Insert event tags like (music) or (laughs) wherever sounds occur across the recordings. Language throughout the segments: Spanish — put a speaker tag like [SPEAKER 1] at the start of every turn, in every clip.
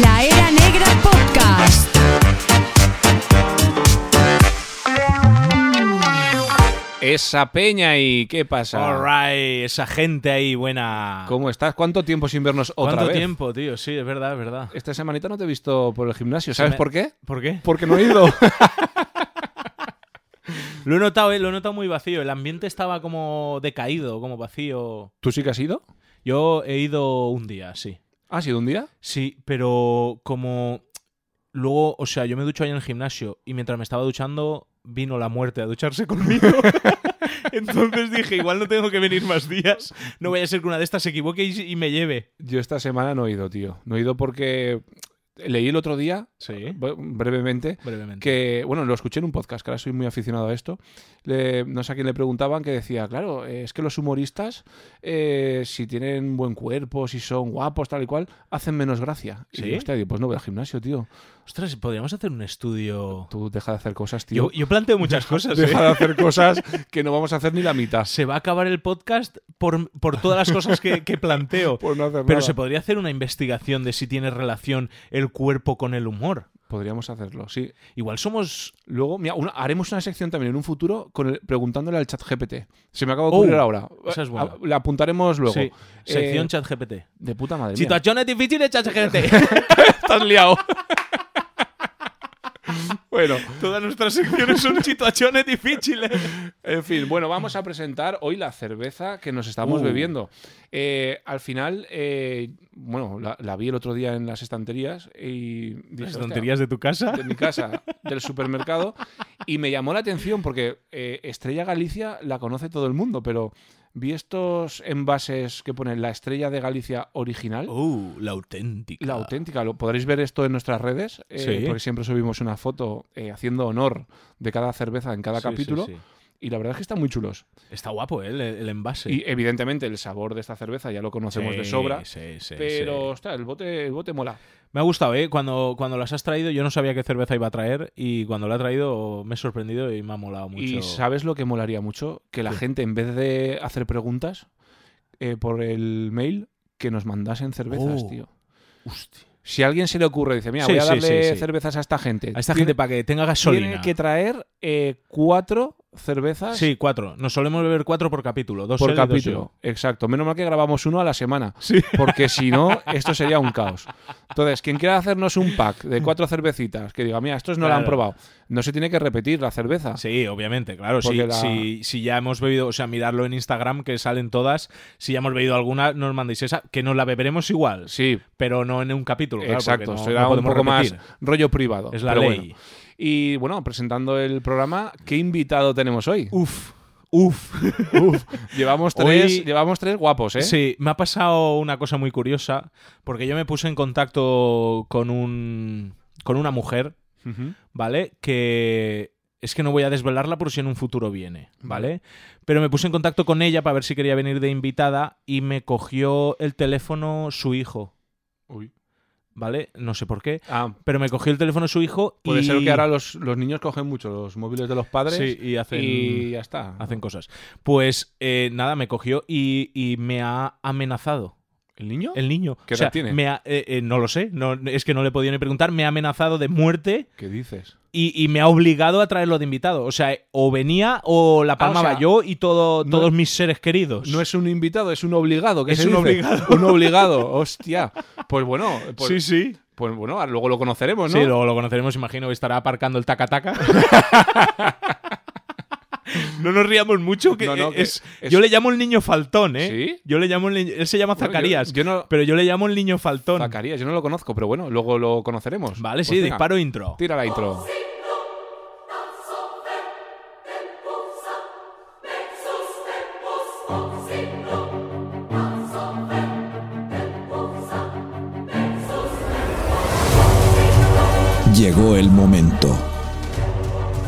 [SPEAKER 1] La Era Negra Podcast.
[SPEAKER 2] Esa peña y qué pasa.
[SPEAKER 3] All right, esa gente ahí buena.
[SPEAKER 2] ¿Cómo estás? ¿Cuánto tiempo sin vernos otra
[SPEAKER 3] ¿Cuánto
[SPEAKER 2] vez?
[SPEAKER 3] tiempo, tío? Sí, es verdad, es verdad.
[SPEAKER 2] Esta semanita no te he visto por el gimnasio, ¿sabes
[SPEAKER 3] me-
[SPEAKER 2] por qué?
[SPEAKER 3] ¿Por qué?
[SPEAKER 2] Porque no he
[SPEAKER 3] (laughs)
[SPEAKER 2] ido.
[SPEAKER 3] Lo he notado, eh, lo he notado muy vacío. El ambiente estaba como decaído, como vacío.
[SPEAKER 2] ¿Tú sí que has ido?
[SPEAKER 3] Yo he ido un día, sí.
[SPEAKER 2] ¿Has ido un día?
[SPEAKER 3] Sí, pero como luego, o sea, yo me ducho ahí en el gimnasio y mientras me estaba duchando vino la muerte a ducharse conmigo. (laughs) Entonces dije, igual no tengo que venir más días. No vaya a ser que una de estas se equivoque y, y me lleve.
[SPEAKER 2] Yo esta semana no he ido, tío. No he ido porque leí el otro día,
[SPEAKER 3] Sí,
[SPEAKER 2] bre- brevemente,
[SPEAKER 3] brevemente.
[SPEAKER 2] que, bueno, lo escuché en un podcast, que ahora soy muy aficionado a esto. Le- no sé a quién le preguntaban que decía, claro, eh, es que los humoristas, eh, si tienen buen cuerpo, si son guapos, tal y cual, hacen menos gracia. Y
[SPEAKER 3] ¿Sí?
[SPEAKER 2] digo, hostia, digo, pues no voy al gimnasio, tío.
[SPEAKER 3] Ostras, podríamos hacer un estudio.
[SPEAKER 2] Tú deja de hacer cosas, tío.
[SPEAKER 3] Yo, yo planteo muchas cosas. ¿eh?
[SPEAKER 2] deja de hacer cosas que no vamos a hacer ni la mitad.
[SPEAKER 3] (laughs) Se va a acabar el podcast por, por todas las cosas que,
[SPEAKER 2] (laughs)
[SPEAKER 3] que planteo.
[SPEAKER 2] Por no hacer
[SPEAKER 3] Pero
[SPEAKER 2] Pues nada.
[SPEAKER 3] se podría hacer una investigación de si tiene relación el cuerpo con el humor.
[SPEAKER 2] Podríamos hacerlo, sí.
[SPEAKER 3] Igual somos.
[SPEAKER 2] Luego, mira, una- haremos una sección también en un futuro con el- preguntándole al chat GPT. Se me acaba de
[SPEAKER 3] Oh,
[SPEAKER 2] ocurrir ahora.
[SPEAKER 3] esa es buena.
[SPEAKER 2] A- La apuntaremos luego.
[SPEAKER 3] Sí, sección
[SPEAKER 2] Eh,
[SPEAKER 3] ChatGPT.
[SPEAKER 2] de puta madre. mía.
[SPEAKER 3] Situaciones difíciles, ChatGPT.
[SPEAKER 2] (laughs)
[SPEAKER 3] (laughs) Estás liado.
[SPEAKER 2] Bueno,
[SPEAKER 3] Todas nuestras secciones son situaciones
[SPEAKER 2] (laughs)
[SPEAKER 3] difíciles.
[SPEAKER 2] en fin, bueno, vamos a presentar hoy la cerveza que nos estamos
[SPEAKER 3] Uh.
[SPEAKER 2] bebiendo. Eh, al final, eh, bueno, la, la vi el otro día en las estanterías y dije,
[SPEAKER 3] Las
[SPEAKER 2] "Hostia,
[SPEAKER 3] tonterías de tu casa. (laughs)
[SPEAKER 2] de mi casa, del supermercado, y me llamó la atención porque eh, Estrella Galicia la conoce todo el mundo, pero vi estos envases que ponen la Estrella de Galicia original.
[SPEAKER 3] Oh, la auténtica.
[SPEAKER 2] La auténtica, lo podréis ver esto en nuestras redes, eh,
[SPEAKER 3] Sí.
[SPEAKER 2] porque siempre subimos una foto eh, haciendo honor de cada cerveza en cada
[SPEAKER 3] Sí, sí,
[SPEAKER 2] capítulo.
[SPEAKER 3] sí.
[SPEAKER 2] Y la verdad es que están muy chulos.
[SPEAKER 3] Está guapo, ¿eh? El, el envase.
[SPEAKER 2] Y evidentemente el sabor de esta cerveza ya lo conocemos de
[SPEAKER 3] Sí,
[SPEAKER 2] sobra.
[SPEAKER 3] sí, sí,
[SPEAKER 2] pero,
[SPEAKER 3] sí.
[SPEAKER 2] ostras, el bote, el bote mola.
[SPEAKER 3] Me ha gustado, ¿eh? Cuando, cuando las has traído, yo no sabía qué cerveza iba a traer y cuando la ha traído me he sorprendido y me ha molado mucho.
[SPEAKER 2] ¿Y sabes lo que molaría mucho? Que la gente, en vez de hacer preguntas eh, por el mail, que nos mandasen cervezas,
[SPEAKER 3] Oh.
[SPEAKER 2] tío.
[SPEAKER 3] Hostia.
[SPEAKER 2] Si a alguien se le ocurre, dice, mira,
[SPEAKER 3] Sí,
[SPEAKER 2] voy a
[SPEAKER 3] sí,
[SPEAKER 2] darle
[SPEAKER 3] sí, sí.
[SPEAKER 2] cervezas a esta gente.
[SPEAKER 3] A esta
[SPEAKER 2] Tiene-
[SPEAKER 3] gente para que tenga
[SPEAKER 2] Tiene
[SPEAKER 3] gasolina.
[SPEAKER 2] que traer eh, cuatro cervezas
[SPEAKER 3] Sí, cuatro. Nos solemos beber cuatro por capítulo. Dos
[SPEAKER 2] por
[SPEAKER 3] él y dos
[SPEAKER 2] capítulo. Exacto. Menos mal que grabamos uno a la semana.
[SPEAKER 3] yo. Sí.
[SPEAKER 2] Porque si
[SPEAKER 3] (laughs)
[SPEAKER 2] no, esto sería un caos. Entonces, quien quiera hacernos un pack de cuatro cervecitas, que diga, mira, estos no la han
[SPEAKER 3] Claro.
[SPEAKER 2] probado, no se tiene que repetir la cerveza.
[SPEAKER 3] Sí, obviamente, claro. Si,
[SPEAKER 2] Porque la-
[SPEAKER 3] si, si ya hemos bebido, o sea, mirarlo en Instagram que salen todas. Si ya hemos bebido alguna, no nos mandéis esa, que nos la beberemos igual,
[SPEAKER 2] Sí,
[SPEAKER 3] pero no en un capítulo. claro, porque
[SPEAKER 2] Exacto,
[SPEAKER 3] no-
[SPEAKER 2] será
[SPEAKER 3] no
[SPEAKER 2] un
[SPEAKER 3] podemos
[SPEAKER 2] poco más
[SPEAKER 3] repetir.
[SPEAKER 2] rollo privado.
[SPEAKER 3] Es la
[SPEAKER 2] pero
[SPEAKER 3] ley.
[SPEAKER 2] bueno. Y bueno, presentando el programa, ¿qué invitado tenemos hoy?
[SPEAKER 3] Uf, uf.
[SPEAKER 2] Llevamos tres,
[SPEAKER 3] Hoy-
[SPEAKER 2] llevamos tres guapos, ¿eh?
[SPEAKER 3] Sí, me ha pasado una cosa muy curiosa, porque yo me puse en contacto con un con una mujer,
[SPEAKER 2] Ujú.
[SPEAKER 3] ¿vale? Que es que no voy a desvelarla por si en un futuro viene, ¿vale? Pero me puse en contacto con ella para ver si quería venir de invitada y me cogió el teléfono su hijo, ¿vale? No sé por qué,
[SPEAKER 2] Ah,
[SPEAKER 3] pero me cogió el teléfono su hijo y
[SPEAKER 2] puede ser que ahora los, los niños cogen mucho los móviles de los padres
[SPEAKER 3] sí, y hacen
[SPEAKER 2] y ya está.
[SPEAKER 3] hacen cosas. Pues eh, nada, me cogió y, y me ha amenazado.
[SPEAKER 2] ¿El niño?
[SPEAKER 3] El niño.
[SPEAKER 2] ¿Qué
[SPEAKER 3] O sea,
[SPEAKER 2] edad tiene?
[SPEAKER 3] me ha- eh, eh, no lo sé. No, es que no le he podido ni preguntar. Me ha amenazado de muerte
[SPEAKER 2] ¿Qué dices?
[SPEAKER 3] y, y me ha obligado a traerlo de invitado. O sea, eh, o venía o la palmaba
[SPEAKER 2] Ah, sea,
[SPEAKER 3] yo y todo,
[SPEAKER 2] no-
[SPEAKER 3] todos mis seres queridos.
[SPEAKER 2] No es un invitado, es un obligado. ¿qué
[SPEAKER 3] Es
[SPEAKER 2] se
[SPEAKER 3] un
[SPEAKER 2] dice?
[SPEAKER 3] obligado.
[SPEAKER 2] Un obligado, hostia. Pues bueno, pues,
[SPEAKER 3] sí, sí.
[SPEAKER 2] pues bueno, luego lo conoceremos, ¿no?
[SPEAKER 3] Sí, luego lo conoceremos, imagino, que estará aparcando el taca-taca.
[SPEAKER 2] (laughs)
[SPEAKER 3] No nos riamos mucho, que, eh,
[SPEAKER 2] No, no, que
[SPEAKER 3] es,
[SPEAKER 2] es-
[SPEAKER 3] Yo le llamo el niño faltón, ¿eh?
[SPEAKER 2] ¿Sí?
[SPEAKER 3] Yo le llamo el ni- Él se llama
[SPEAKER 2] Bueno, yo-
[SPEAKER 3] Zacarías,
[SPEAKER 2] yo no-
[SPEAKER 3] pero yo le llamo el niño faltón.
[SPEAKER 2] Zacarías, yo no lo conozco, pero bueno, luego lo conoceremos.
[SPEAKER 3] Vale,
[SPEAKER 2] Pues
[SPEAKER 3] sí,
[SPEAKER 2] venga,
[SPEAKER 3] disparo intro.
[SPEAKER 2] Tira la intro.
[SPEAKER 4] Llegó el momento.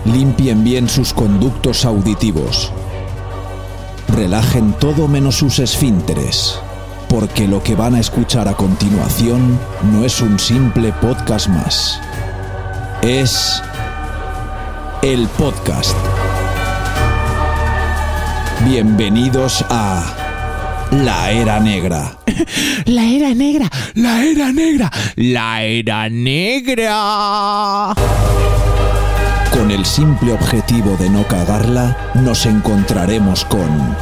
[SPEAKER 4] Limpien bien sus conductos auditivos. Relajen todo menos sus esfínteres, porque lo que van a escuchar a continuación no es un simple podcast más. Es el podcast. Bienvenidos a la era negra. La era negra, la era negra, la era negra. Con el simple objetivo de no cagarla, nos encontraremos con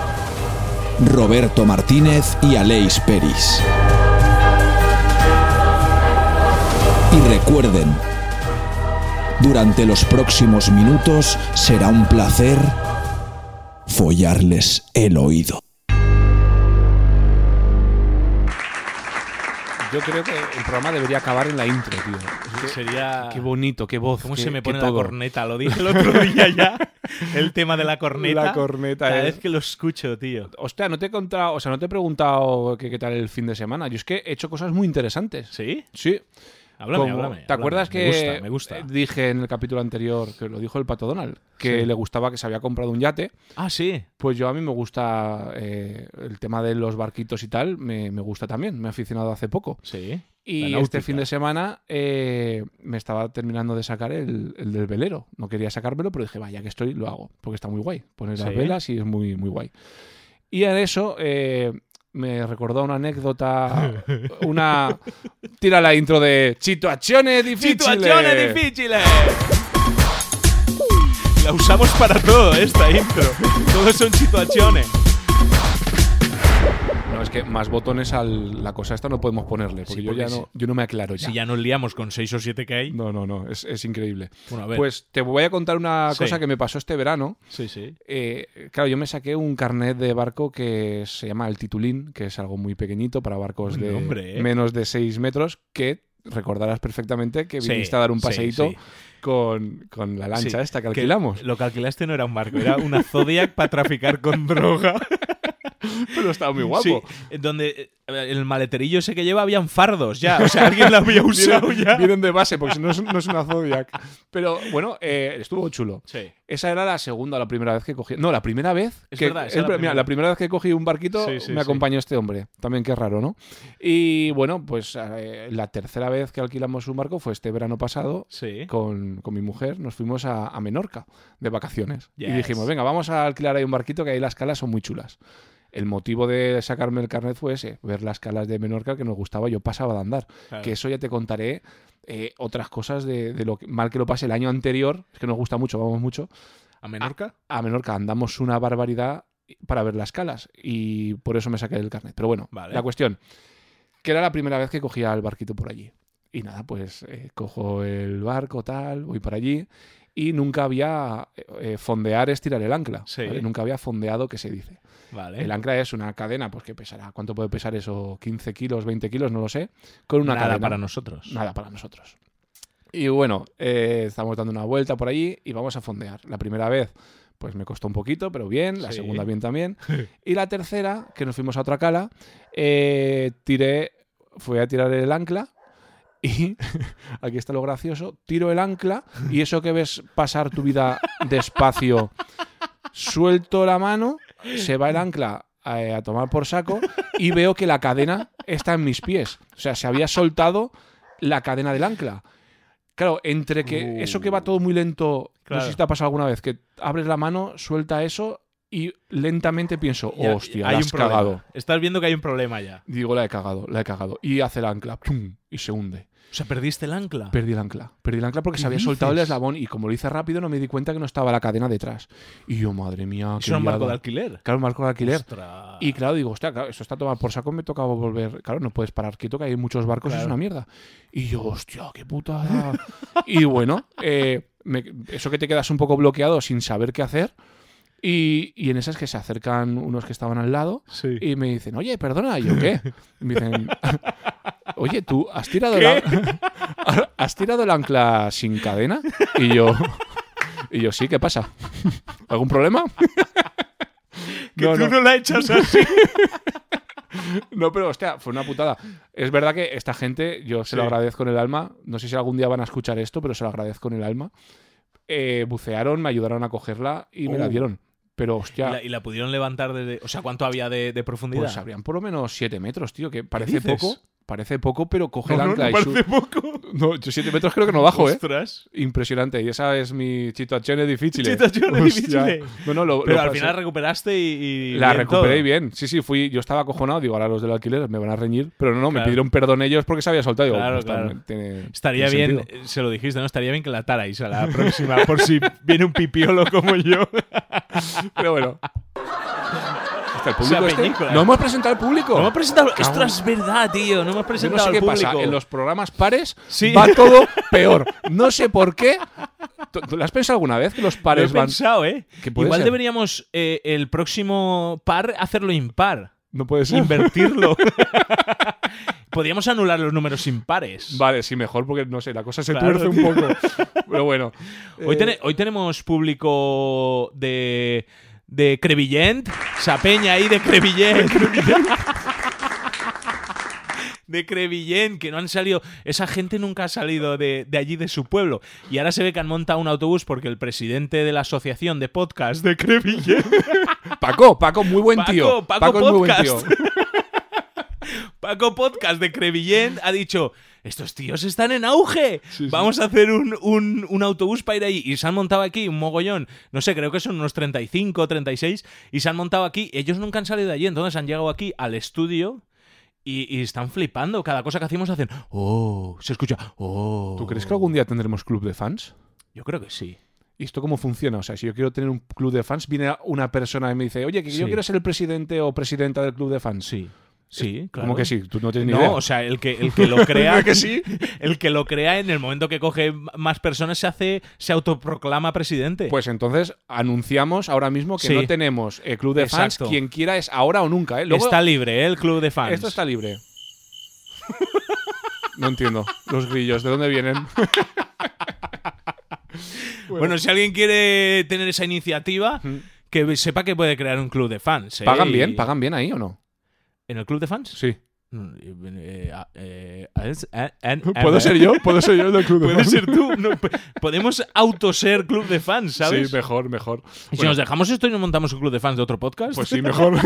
[SPEAKER 4] Roberto Martínez y Aleix Peris. Y recuerden, durante los próximos minutos será un placer follarles el oído.
[SPEAKER 2] Yo creo que el programa debería acabar en la intro, tío. Es que-
[SPEAKER 3] Sería.
[SPEAKER 2] Qué bonito, qué voz.
[SPEAKER 3] ¿Cómo
[SPEAKER 2] qué-
[SPEAKER 3] se me
[SPEAKER 2] qué
[SPEAKER 3] pone la
[SPEAKER 2] todo.
[SPEAKER 3] corneta? Lo dije el otro día ya.
[SPEAKER 2] (laughs)
[SPEAKER 3] El tema de la corneta.
[SPEAKER 2] La corneta,
[SPEAKER 3] Cada
[SPEAKER 2] eh.
[SPEAKER 3] vez que lo escucho, tío.
[SPEAKER 2] Hostia, no te he contado, o sea, no te he preguntado que- qué, tal el fin de semana. Yo es que he hecho cosas muy interesantes.
[SPEAKER 3] ¿Sí?
[SPEAKER 2] Sí.
[SPEAKER 3] Háblame,
[SPEAKER 2] Como-
[SPEAKER 3] háblame.
[SPEAKER 2] ¿Te
[SPEAKER 3] háblame.
[SPEAKER 2] acuerdas que eh,
[SPEAKER 3] Me gusta, me gusta.
[SPEAKER 2] dije en el capítulo anterior, que lo dijo el Pato Donald, que
[SPEAKER 3] Sí.
[SPEAKER 2] le gustaba que se había comprado un yate?
[SPEAKER 3] Ah, sí.
[SPEAKER 2] Pues yo a mí me gusta eh, el tema de los barquitos y tal, me, me gusta también, me he aficionado hace poco.
[SPEAKER 3] Sí.
[SPEAKER 2] Y
[SPEAKER 3] La náutica.
[SPEAKER 2] este fin de semana eh, me estaba terminando de sacar el, el del velero. No quería sacármelo, pero dije, vaya que estoy, lo hago, porque está muy guay. Poner las
[SPEAKER 3] Sí.
[SPEAKER 2] velas y es muy, muy guay. Y en eso eh, me recordó una
[SPEAKER 3] (laughs)
[SPEAKER 2] anécdota, una... Tira la intro de situaciones difíciles.
[SPEAKER 3] ¡Situaciones difíciles! La usamos para todo esta intro. Todos son situaciones.
[SPEAKER 2] No, es que más botones a la cosa esta no podemos ponerle, porque,
[SPEAKER 3] Sí,
[SPEAKER 2] yo
[SPEAKER 3] porque
[SPEAKER 2] ya
[SPEAKER 3] si-
[SPEAKER 2] no, yo no me aclaro ya.
[SPEAKER 3] Si ya nos liamos con 6 o 7 que hay.
[SPEAKER 2] No, no, no, es, es increíble.
[SPEAKER 3] Bueno, a ver.
[SPEAKER 2] Pues te voy a contar una
[SPEAKER 3] Sí.
[SPEAKER 2] cosa que me pasó este verano.
[SPEAKER 3] sí, sí.
[SPEAKER 2] Eh, claro, yo me saqué un carnet de barco que se llama el titulín, que es algo muy pequeñito para barcos
[SPEAKER 3] Buen
[SPEAKER 2] de
[SPEAKER 3] nombre, ¿eh?
[SPEAKER 2] menos de 6 metros, que recordarás perfectamente que
[SPEAKER 3] Sí,
[SPEAKER 2] viniste a dar un
[SPEAKER 3] sí,
[SPEAKER 2] paseíto
[SPEAKER 3] sí.
[SPEAKER 2] Con, con la lancha
[SPEAKER 3] Sí,
[SPEAKER 2] esta que alquilamos.
[SPEAKER 3] lo que alquilaste no era un barco, era una Zodiac para traficar con (laughs) droga.
[SPEAKER 2] Pero estaba muy guapo.
[SPEAKER 3] Sí, en donde eh, el maleterillo ese que lleva habían fardos ya. O sea, alguien lo
[SPEAKER 2] (laughs)
[SPEAKER 3] había usado
[SPEAKER 2] vienen,
[SPEAKER 3] ya.
[SPEAKER 2] vienen de base, porque si no es, no es una Zodiac. Pero bueno, eh, estuvo chulo.
[SPEAKER 3] Sí.
[SPEAKER 2] Esa era la segunda, la primera vez que cogí. No, la primera vez.
[SPEAKER 3] Es
[SPEAKER 2] que,
[SPEAKER 3] verdad, esa es la
[SPEAKER 2] mira,
[SPEAKER 3] primera.
[SPEAKER 2] la primera vez que cogí un barquito
[SPEAKER 3] Sí, sí,
[SPEAKER 2] me
[SPEAKER 3] sí.
[SPEAKER 2] acompañó este hombre. También qué raro, ¿no? Y bueno, pues eh, la tercera vez que alquilamos un barco fue este verano pasado.
[SPEAKER 3] Sí.
[SPEAKER 2] Con, con mi mujer nos fuimos a, a Menorca de vacaciones. Y
[SPEAKER 3] Yes.
[SPEAKER 2] dijimos, venga, vamos a alquilar ahí un barquito que ahí las calas son muy chulas. El motivo de sacarme el carnet fue ese, ver las calas de Menorca que nos gustaba, yo pasaba de andar.
[SPEAKER 3] Claro.
[SPEAKER 2] Que eso ya te contaré eh, otras cosas de, de lo que- mal que lo pase el año anterior, es que nos gusta mucho, vamos mucho.
[SPEAKER 3] ¿A Menorca?
[SPEAKER 2] A Menorca andamos una barbaridad para ver las calas y por eso me saqué el carnet. Pero bueno,
[SPEAKER 3] Vale.
[SPEAKER 2] la cuestión, que era la primera vez que cogía el barquito por allí. Y nada, pues eh, cojo el barco, tal, voy para allí y nunca había eh, eh, fondear es tirar el ancla.
[SPEAKER 3] Sí. ¿Eh?
[SPEAKER 2] ¿vale? Nunca había fondeado, que se dice.
[SPEAKER 3] Vale.
[SPEAKER 2] El ancla es una cadena, pues que pesará, ¿cuánto puede pesar eso? ¿15 kilos, 20 kilos? No lo sé. Con una
[SPEAKER 3] Nada
[SPEAKER 2] cadena
[SPEAKER 3] para nosotros.
[SPEAKER 2] nada para nosotros. Y bueno, eh, estamos dando una vuelta por allí y vamos a fondear. La primera vez, pues me costó un poquito, pero bien. La
[SPEAKER 3] Sí.
[SPEAKER 2] segunda, bien
[SPEAKER 3] (laughs)
[SPEAKER 2] también. Y la tercera, que nos fuimos a otra cala, eh, tiré, fui a tirar el ancla. Y (laughs) aquí está lo gracioso: tiro el ancla y eso que ves pasar tu vida despacio, suelto la mano, se va el ancla eh, a tomar por saco y veo que la cadena está en mis pies. O sea, se había soltado la cadena del ancla. Claro, entre que
[SPEAKER 3] Uh.
[SPEAKER 2] eso que va todo muy lento, no
[SPEAKER 3] Claro.
[SPEAKER 2] sé si te ha pasado alguna vez, que abres la mano, suelta eso y lentamente pienso,
[SPEAKER 3] Ya-
[SPEAKER 2] hostia,
[SPEAKER 3] hay
[SPEAKER 2] la
[SPEAKER 3] un
[SPEAKER 2] has
[SPEAKER 3] problema.
[SPEAKER 2] cagado.
[SPEAKER 3] Estás viendo que hay un problema ya.
[SPEAKER 2] Digo, la he cagado, la he cagado. Y hace el ancla, ¡pum! y se hunde.
[SPEAKER 3] O sea, perdiste el ancla.
[SPEAKER 2] Perdí el ancla. Perdí el ancla porque
[SPEAKER 3] ¿Qué
[SPEAKER 2] se había soltado el
[SPEAKER 3] dices?
[SPEAKER 2] eslabón y como lo hice rápido no me di cuenta que no estaba la cadena detrás. Y yo, madre mía,
[SPEAKER 3] es
[SPEAKER 2] qué
[SPEAKER 3] un barco de
[SPEAKER 2] liada.
[SPEAKER 3] alquiler.
[SPEAKER 2] Claro, un barco de alquiler.
[SPEAKER 3] Ostras.
[SPEAKER 2] Y claro, digo, hostia, claro, esto está tomado por saco, me toca volver. Claro, no puedes parar quieto, que hay muchos barcos,
[SPEAKER 3] Claro.
[SPEAKER 2] es una mierda. Y yo, hostia, qué putada. (laughs) y bueno, eh, me- eso que te quedas un poco bloqueado sin saber qué hacer. Y, y en esas que se acercan unos que estaban al lado
[SPEAKER 3] Sí.
[SPEAKER 2] y me dicen, oye, perdona, ¿y yo qué? Y me dicen, (laughs) oye, tú has tirado,
[SPEAKER 3] ¿Qué?
[SPEAKER 2] la, (laughs) has tirado el ancla sin cadena. Y yo, (laughs) y yo, sí, ¿qué pasa? ¿Algún problema?
[SPEAKER 3] (laughs) Que tú no.
[SPEAKER 2] (laughs)
[SPEAKER 3] la echas así.
[SPEAKER 2] No, pero hostia, fue una putada. Es verdad que esta gente, yo se lo
[SPEAKER 3] Sí.
[SPEAKER 2] agradezco en el alma. No sé si algún día van a escuchar esto, pero se lo agradezco en el alma. Eh, bucearon, me ayudaron a cogerla y me la
[SPEAKER 3] Uh.
[SPEAKER 2] dieron. Pero
[SPEAKER 3] Y
[SPEAKER 2] hostia,
[SPEAKER 3] la, y la (laughs) pudieron levantar desde. O sea, ¿cuánto había de, de profundidad?
[SPEAKER 2] pues habrían por lo menos 7 metros, tío, que parece
[SPEAKER 3] dices?
[SPEAKER 2] poco. Parece poco, pero coge
[SPEAKER 3] No,
[SPEAKER 2] el
[SPEAKER 3] no,
[SPEAKER 2] ancla
[SPEAKER 3] no
[SPEAKER 2] y
[SPEAKER 3] parece
[SPEAKER 2] sube.
[SPEAKER 3] poco.
[SPEAKER 2] No, yo 7 metros creo que no bajo, ¿eh?
[SPEAKER 3] Ostras.
[SPEAKER 2] Impresionante. Y esa es mi situación difícil.
[SPEAKER 3] Situazione difficile.
[SPEAKER 2] No, no, lo,
[SPEAKER 3] Pero
[SPEAKER 2] lo
[SPEAKER 3] al
[SPEAKER 2] pasé.
[SPEAKER 3] final recuperaste y. y
[SPEAKER 2] La
[SPEAKER 3] bien
[SPEAKER 2] recuperé
[SPEAKER 3] todo.
[SPEAKER 2] y bien. Sí, sí, fui. Yo estaba acojonado. Digo, ahora los del alquiler me van a reñir. Pero no, no, me
[SPEAKER 3] Claro.
[SPEAKER 2] pidieron perdón ellos porque se había soltado. Digo,
[SPEAKER 3] Claro,
[SPEAKER 2] "No está,
[SPEAKER 3] claro.
[SPEAKER 2] no tiene-
[SPEAKER 3] Estaría
[SPEAKER 2] tiene
[SPEAKER 3] bien,
[SPEAKER 2] sentido".
[SPEAKER 3] eh, se lo dijiste, ¿no? Estaría bien que la tarais a la próxima, por si viene un pipiolo
[SPEAKER 2] (laughs)
[SPEAKER 3] como yo.
[SPEAKER 2] Pero
[SPEAKER 3] (laughs)
[SPEAKER 2] bueno. Hasta el
[SPEAKER 3] O sea,
[SPEAKER 2] público este-
[SPEAKER 3] película.
[SPEAKER 2] No hemos presentado al público.
[SPEAKER 3] No hemos presentado.
[SPEAKER 2] Cago en-
[SPEAKER 3] Esto es verdad, tío. No hemos
[SPEAKER 2] Yo
[SPEAKER 3] presentado
[SPEAKER 2] no sé
[SPEAKER 3] al
[SPEAKER 2] qué
[SPEAKER 3] público.
[SPEAKER 2] pasa. En los programas pares
[SPEAKER 3] Sí. (laughs)
[SPEAKER 2] va todo peor. No sé por qué. ¿Tú- tú ¿Lo has pensado alguna vez que los
[SPEAKER 3] Lo he
[SPEAKER 2] pares van.?
[SPEAKER 3] pensado, ¿eh?
[SPEAKER 2] Que puede
[SPEAKER 3] Igual
[SPEAKER 2] ser.
[SPEAKER 3] deberíamos eh, el próximo par hacerlo impar.
[SPEAKER 2] No puede ser.
[SPEAKER 3] Invertirlo. (laughs) Podríamos anular los números impares.
[SPEAKER 2] Vale, sí, mejor porque no sé, la cosa se
[SPEAKER 3] Claro,
[SPEAKER 2] tuerce un
[SPEAKER 3] tío.
[SPEAKER 2] poco. Pero bueno.
[SPEAKER 3] Hoy,
[SPEAKER 2] Eh,
[SPEAKER 3] tene- hoy tenemos público de, de Crevillent. Sapeña ahí de Crevillent. (laughs) De Crevillent, que no han salido. Esa gente nunca ha salido de, de allí, de su pueblo. Y ahora se ve que han montado un autobús porque el presidente de la asociación de podcast de Crevillent.
[SPEAKER 2] Paco, Paco, muy buen
[SPEAKER 3] Paco,
[SPEAKER 2] tío.
[SPEAKER 3] Paco
[SPEAKER 2] es muy buen tío.
[SPEAKER 3] Podcast. (laughs) Paco Podcast de Crevillent ha dicho: Estos tíos están en auge.
[SPEAKER 2] Sí, sí.
[SPEAKER 3] Vamos a hacer un, un- un autobús para ir ahí. Y se han montado aquí un mogollón. No sé, creo que son unos 35, 36. Y se han montado aquí. Ellos nunca han salido de allí. Entonces han llegado aquí al estudio. Y, y están flipando. Cada cosa que hacemos hacen. ¡Oh! Se escucha. ¡Oh!
[SPEAKER 2] ¿Tú crees que algún día tendremos club de fans?
[SPEAKER 3] Yo creo que sí.
[SPEAKER 2] ¿Y esto cómo funciona? O sea, si yo quiero tener un club de fans, viene una persona y me dice, oye, que
[SPEAKER 3] Sí.
[SPEAKER 2] yo quiero ser el presidente o presidenta del club de fans.
[SPEAKER 3] Sí. Sí, claro.
[SPEAKER 2] Como que sí, tú no tienes ni idea.
[SPEAKER 3] No, o sea, el que, el
[SPEAKER 2] (laughs)
[SPEAKER 3] que lo crea.
[SPEAKER 2] que sí.
[SPEAKER 3] El que lo crea en el momento que coge más personas se hace. se autoproclama presidente.
[SPEAKER 2] Pues entonces anunciamos ahora mismo que
[SPEAKER 3] Sí.
[SPEAKER 2] no tenemos eh, club de
[SPEAKER 3] Exacto.
[SPEAKER 2] fans. Quien quiera es ahora o nunca. ¿eh? Luego,
[SPEAKER 3] está libre, ¿eh? El club de fans.
[SPEAKER 2] Esto está libre. No entiendo. Los grillos, ¿de dónde
[SPEAKER 3] (laughs)
[SPEAKER 2] vienen?
[SPEAKER 3] bueno. si alguien quiere tener esa iniciativa, que sepa que puede crear un club de fans. ¿eh?
[SPEAKER 2] ¿Pagan
[SPEAKER 3] Y-
[SPEAKER 2] bien? ¿Pagan bien ahí o no?
[SPEAKER 3] ¿En el club de fans?
[SPEAKER 2] Sí.
[SPEAKER 3] Mm, eh, a- eh, a- es- a- an-
[SPEAKER 2] (laughs) ¿Puedo
[SPEAKER 3] a-
[SPEAKER 2] ser yo? ¿Puedo ser yo el del club de
[SPEAKER 3] Puede
[SPEAKER 2] fans?
[SPEAKER 3] ser tú. No, p- podemos auto ser club de fans, ¿sabes?
[SPEAKER 2] Sí, mejor, mejor.
[SPEAKER 3] y si
[SPEAKER 2] Bueno,
[SPEAKER 3] nos dejamos esto y nos montamos un club de fans de otro podcast. (laughs)
[SPEAKER 2] pues sí, mejor.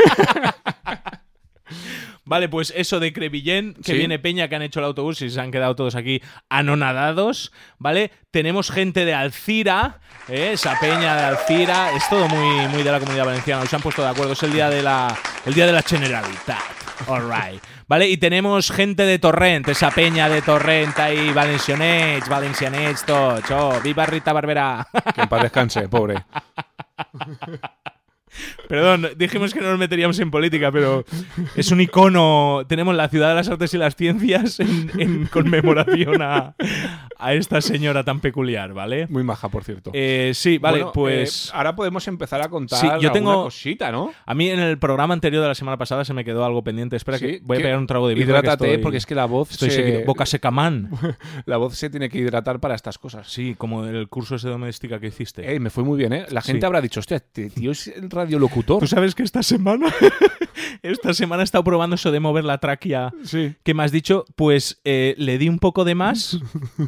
[SPEAKER 3] Vale, pues eso de Crevillén, que
[SPEAKER 2] Sí.
[SPEAKER 3] viene Peña, que han hecho el autobús y se han quedado todos aquí anonadados, ¿vale? Tenemos gente de Alcira, ¿eh? esa Peña de Alcira, es todo muy, muy de la comunidad valenciana, hoy se han puesto de acuerdo, es el día de la, el día de la Generalitat, all right. ¿Vale? Y tenemos gente de Torrent, esa Peña de Torrent ahí, valencianets, valencianets, toch, oh, viva Rita Barbera.
[SPEAKER 2] que en paz descanse, pobre.
[SPEAKER 3] Perdón, dijimos que no nos meteríamos en política, pero es un icono. Tenemos la Ciudad de las Artes y las Ciencias en, en conmemoración a, a esta señora tan peculiar, ¿vale?
[SPEAKER 2] Muy maja, por cierto.
[SPEAKER 3] Eh, sí, vale,
[SPEAKER 2] Bueno,
[SPEAKER 3] pues...
[SPEAKER 2] eh, ahora podemos empezar a contar
[SPEAKER 3] Sí, yo
[SPEAKER 2] alguna
[SPEAKER 3] tengo-
[SPEAKER 2] cosita, ¿no?
[SPEAKER 3] a mí en el programa anterior de la semana pasada se me quedó algo pendiente. Espera
[SPEAKER 2] Sí,
[SPEAKER 3] que voy a
[SPEAKER 2] que-
[SPEAKER 3] pegar un trago de vino.
[SPEAKER 2] Hidrátate, porque es que la voz
[SPEAKER 3] estoy
[SPEAKER 2] se-
[SPEAKER 3] seguido. Boca secamán.
[SPEAKER 2] La voz se tiene que hidratar para estas cosas.
[SPEAKER 3] Sí, como el curso ese de doméstica que hiciste.
[SPEAKER 2] Ey, me fue muy bien, ¿eh? La gente
[SPEAKER 3] Sí.
[SPEAKER 2] habrá dicho, hostia, este tío es el radiolocutor.
[SPEAKER 3] (laughs) ¿Tú sabes que esta semana... (laughs) esta semana he estado probando eso de mover la tráquea...
[SPEAKER 2] Sí.
[SPEAKER 3] que me has dicho, pues eh, le di un poco de más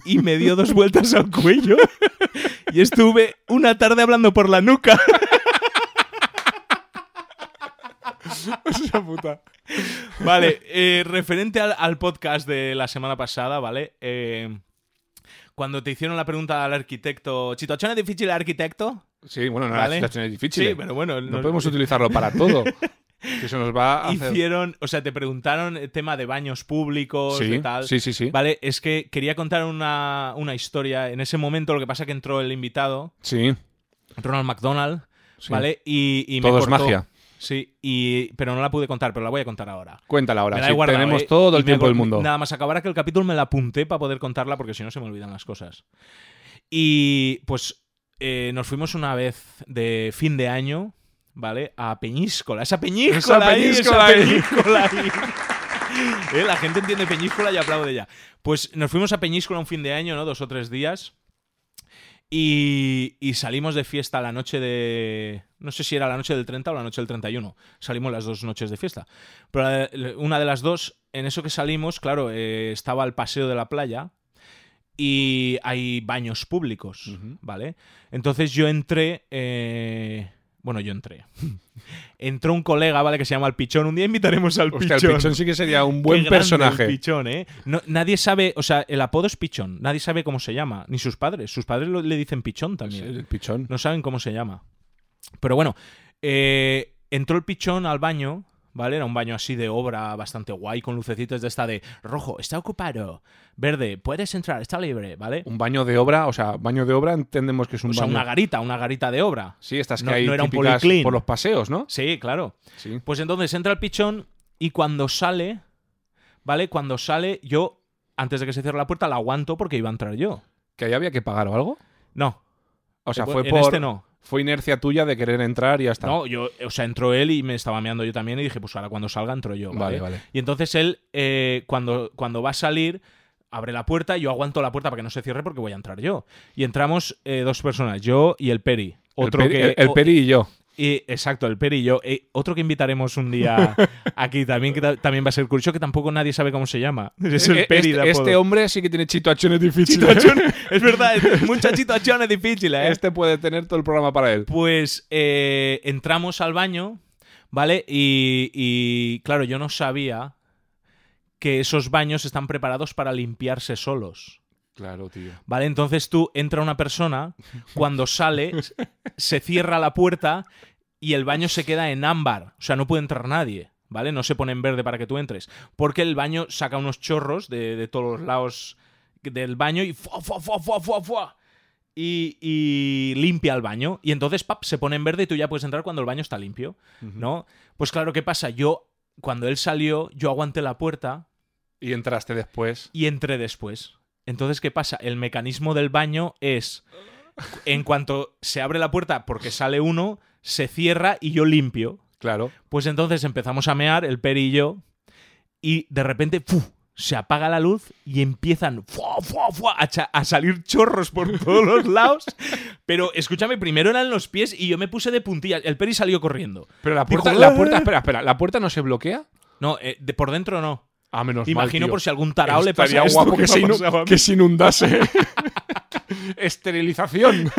[SPEAKER 3] y me dio dos vueltas al cuello y estuve una tarde hablando por la nuca. (laughs)
[SPEAKER 2] puta.
[SPEAKER 3] Vale, eh, referente al, al podcast de la semana pasada, ¿vale? Eh, cuando te hicieron la pregunta al arquitecto, ¿situación es difícil arquitecto?
[SPEAKER 2] Sí, bueno, no,
[SPEAKER 3] Vale.
[SPEAKER 2] la situación es difícil. ¿eh?
[SPEAKER 3] Sí, pero bueno,
[SPEAKER 2] no
[SPEAKER 3] nos-
[SPEAKER 2] podemos utilizarlo para
[SPEAKER 3] (laughs)
[SPEAKER 2] todo. que se nos va a hacer...
[SPEAKER 3] Hicieron, o sea, te preguntaron el tema de baños públicos
[SPEAKER 2] Sí,
[SPEAKER 3] y tal.
[SPEAKER 2] sí, sí, sí.
[SPEAKER 3] Vale, es que quería contar una, una historia. En ese momento, lo que pasa es que entró el invitado,
[SPEAKER 2] Sí.
[SPEAKER 3] Ronald McDonald,
[SPEAKER 2] Sí.
[SPEAKER 3] ¿vale? Y, y me
[SPEAKER 2] Todo es
[SPEAKER 3] cortó.
[SPEAKER 2] magia.
[SPEAKER 3] Sí, y, pero no la pude contar, pero la voy a contar ahora.
[SPEAKER 2] Cuéntala ahora.
[SPEAKER 3] Me la he
[SPEAKER 2] sí,
[SPEAKER 3] guardado,
[SPEAKER 2] tenemos
[SPEAKER 3] ¿eh?
[SPEAKER 2] todo
[SPEAKER 3] Y
[SPEAKER 2] el
[SPEAKER 3] me
[SPEAKER 2] tiempo
[SPEAKER 3] acu-
[SPEAKER 2] del mundo.
[SPEAKER 3] Nada más acabar aquel capítulo me la apunté para poder contarla porque si no se me olvidan las cosas. Y pues eh, nos fuimos una vez de fin de año, ¿vale? A Peñíscola. Esa Peñíscola,
[SPEAKER 2] Esa
[SPEAKER 3] ahí,
[SPEAKER 2] Peñíscola
[SPEAKER 3] esa
[SPEAKER 2] ahí.
[SPEAKER 3] Peñíscola ahí. (laughs) Eh, La gente entiende Peñíscola y aplaude ya. Pues nos fuimos a Peñíscola un fin de año, ¿no? Dos o tres días. Y, y salimos de fiesta la noche de... No sé si era la noche del 30 o la noche del 31. Salimos las dos noches de fiesta. Pero la de- una de las dos, en eso que salimos, claro, eh, estaba el paseo de la playa y hay baños públicos,
[SPEAKER 2] Ujú.
[SPEAKER 3] ¿vale? Entonces yo entré eh, Bueno, yo entré. (laughs) Entró un colega, ¿vale? Que se llama El Pichón. Un día invitaremos al
[SPEAKER 2] Hostia,
[SPEAKER 3] Pichón.
[SPEAKER 2] el pichón sí que sería un
[SPEAKER 3] (laughs) Qué
[SPEAKER 2] buen
[SPEAKER 3] grande
[SPEAKER 2] personaje.
[SPEAKER 3] El pichón, ¿eh? No- nadie sabe, o sea, el apodo es Pichón. Nadie sabe cómo se llama, ni sus padres. Sus padres lo- le dicen Pichón
[SPEAKER 2] Sí,
[SPEAKER 3] también.
[SPEAKER 2] el pichón.
[SPEAKER 3] No saben cómo se llama. Pero bueno, eh, entró el pichón al baño, ¿vale? Era un baño así de obra, bastante guay, con lucecitas de esta de rojo, está ocupado, verde, puedes entrar, está libre, ¿vale?
[SPEAKER 2] Un baño de obra, o sea, baño de obra entendemos que es un
[SPEAKER 3] o sea,
[SPEAKER 2] baño.
[SPEAKER 3] una garita, una garita de obra.
[SPEAKER 2] Sí, estas que
[SPEAKER 3] No-
[SPEAKER 2] hay
[SPEAKER 3] no era un
[SPEAKER 2] típicas
[SPEAKER 3] policlín.
[SPEAKER 2] por los paseos, ¿no?
[SPEAKER 3] Sí, claro.
[SPEAKER 2] Sí.
[SPEAKER 3] Pues entonces entra el pichón y cuando sale, ¿vale? Cuando sale, yo, antes de que se cierre la puerta, la aguanto porque iba a entrar yo.
[SPEAKER 2] ¿Que ahí había que pagar o algo?
[SPEAKER 3] No.
[SPEAKER 2] O sea,
[SPEAKER 3] en-
[SPEAKER 2] fue
[SPEAKER 3] en
[SPEAKER 2] por.
[SPEAKER 3] este no.
[SPEAKER 2] Fue inercia tuya de querer entrar y ya está.
[SPEAKER 3] No, yo, eh, o sea, entró él y me estaba meando yo también y dije, pues ahora cuando salga entro yo,
[SPEAKER 2] Vale, vale.
[SPEAKER 3] Y entonces él, eh, cuando, cuando va a salir, abre la puerta, yo aguanto la puerta para que no se cierre porque voy a entrar yo. Y entramos eh, dos personas, yo y el Peri. Otro
[SPEAKER 2] el, peri,
[SPEAKER 3] que,
[SPEAKER 2] el- el
[SPEAKER 3] o-
[SPEAKER 2] peri y yo.
[SPEAKER 3] y- exacto, el Peri y yo. Eh, otro que invitaremos
[SPEAKER 2] (laughs)
[SPEAKER 3] un día aquí también, que ta- también va a ser curioso, que tampoco nadie sabe cómo se llama. (laughs) Es el
[SPEAKER 2] Eh,
[SPEAKER 3] Peri de
[SPEAKER 2] este,
[SPEAKER 3] apodo.
[SPEAKER 2] este hombre sí que tiene situaciones difíciles.
[SPEAKER 3] (laughs) Es verdad, es un muchachito achón es difícil, ¿eh?
[SPEAKER 2] Este puede tener todo el programa para él.
[SPEAKER 3] Pues eh, entramos al baño, ¿vale? Y, y, claro, yo no sabía que esos baños están preparados para limpiarse solos.
[SPEAKER 2] Claro, tío.
[SPEAKER 3] ¿Vale? Entonces tú entra una persona, cuando sale, se cierra la puerta y el baño se queda en ámbar. O sea, no puede entrar nadie, ¿vale? No se pone en verde para que tú entres. Porque el baño saca unos chorros de, de todos los lados del baño y ¡fua, fua, fua, fua, fua, fua! Y, y limpia el baño. Y entonces, pap, se pone en verde y tú ya puedes entrar cuando el baño está limpio, ¿no? Pues claro, ¿qué pasa? Yo, cuando él salió, yo aguanté la puerta
[SPEAKER 2] Y entraste después.
[SPEAKER 3] y entré después. Entonces, ¿qué pasa? El mecanismo del baño es, en cuanto se abre la puerta porque sale uno, se cierra y yo limpio.
[SPEAKER 2] Claro.
[SPEAKER 3] Pues entonces empezamos a mear, el Peri y yo, y de repente ¡fu! se apaga la luz y empiezan ¡fua, fua, fua! A, cha- a salir
[SPEAKER 2] (laughs)
[SPEAKER 3] chorros por todos los lados. Pero escúchame, primero eran los pies y yo me puse de puntillas. El Peri salió corriendo.
[SPEAKER 2] Pero la puerta,
[SPEAKER 3] Dijo,
[SPEAKER 2] la
[SPEAKER 3] "Eh".
[SPEAKER 2] puerta, espera, espera, ¿la puerta no se bloquea?
[SPEAKER 3] No, eh, de por dentro no.
[SPEAKER 2] Ah, menos mal,
[SPEAKER 3] Imagino
[SPEAKER 2] tío.
[SPEAKER 3] por si algún tarao le pasa
[SPEAKER 2] Estaría
[SPEAKER 3] esto
[SPEAKER 2] guapo que,
[SPEAKER 3] me
[SPEAKER 2] se
[SPEAKER 3] ha
[SPEAKER 2] inu-
[SPEAKER 3] pasado a mí.
[SPEAKER 2] que se
[SPEAKER 3] (laughs)
[SPEAKER 2] inundase. (laughs) Esterilización.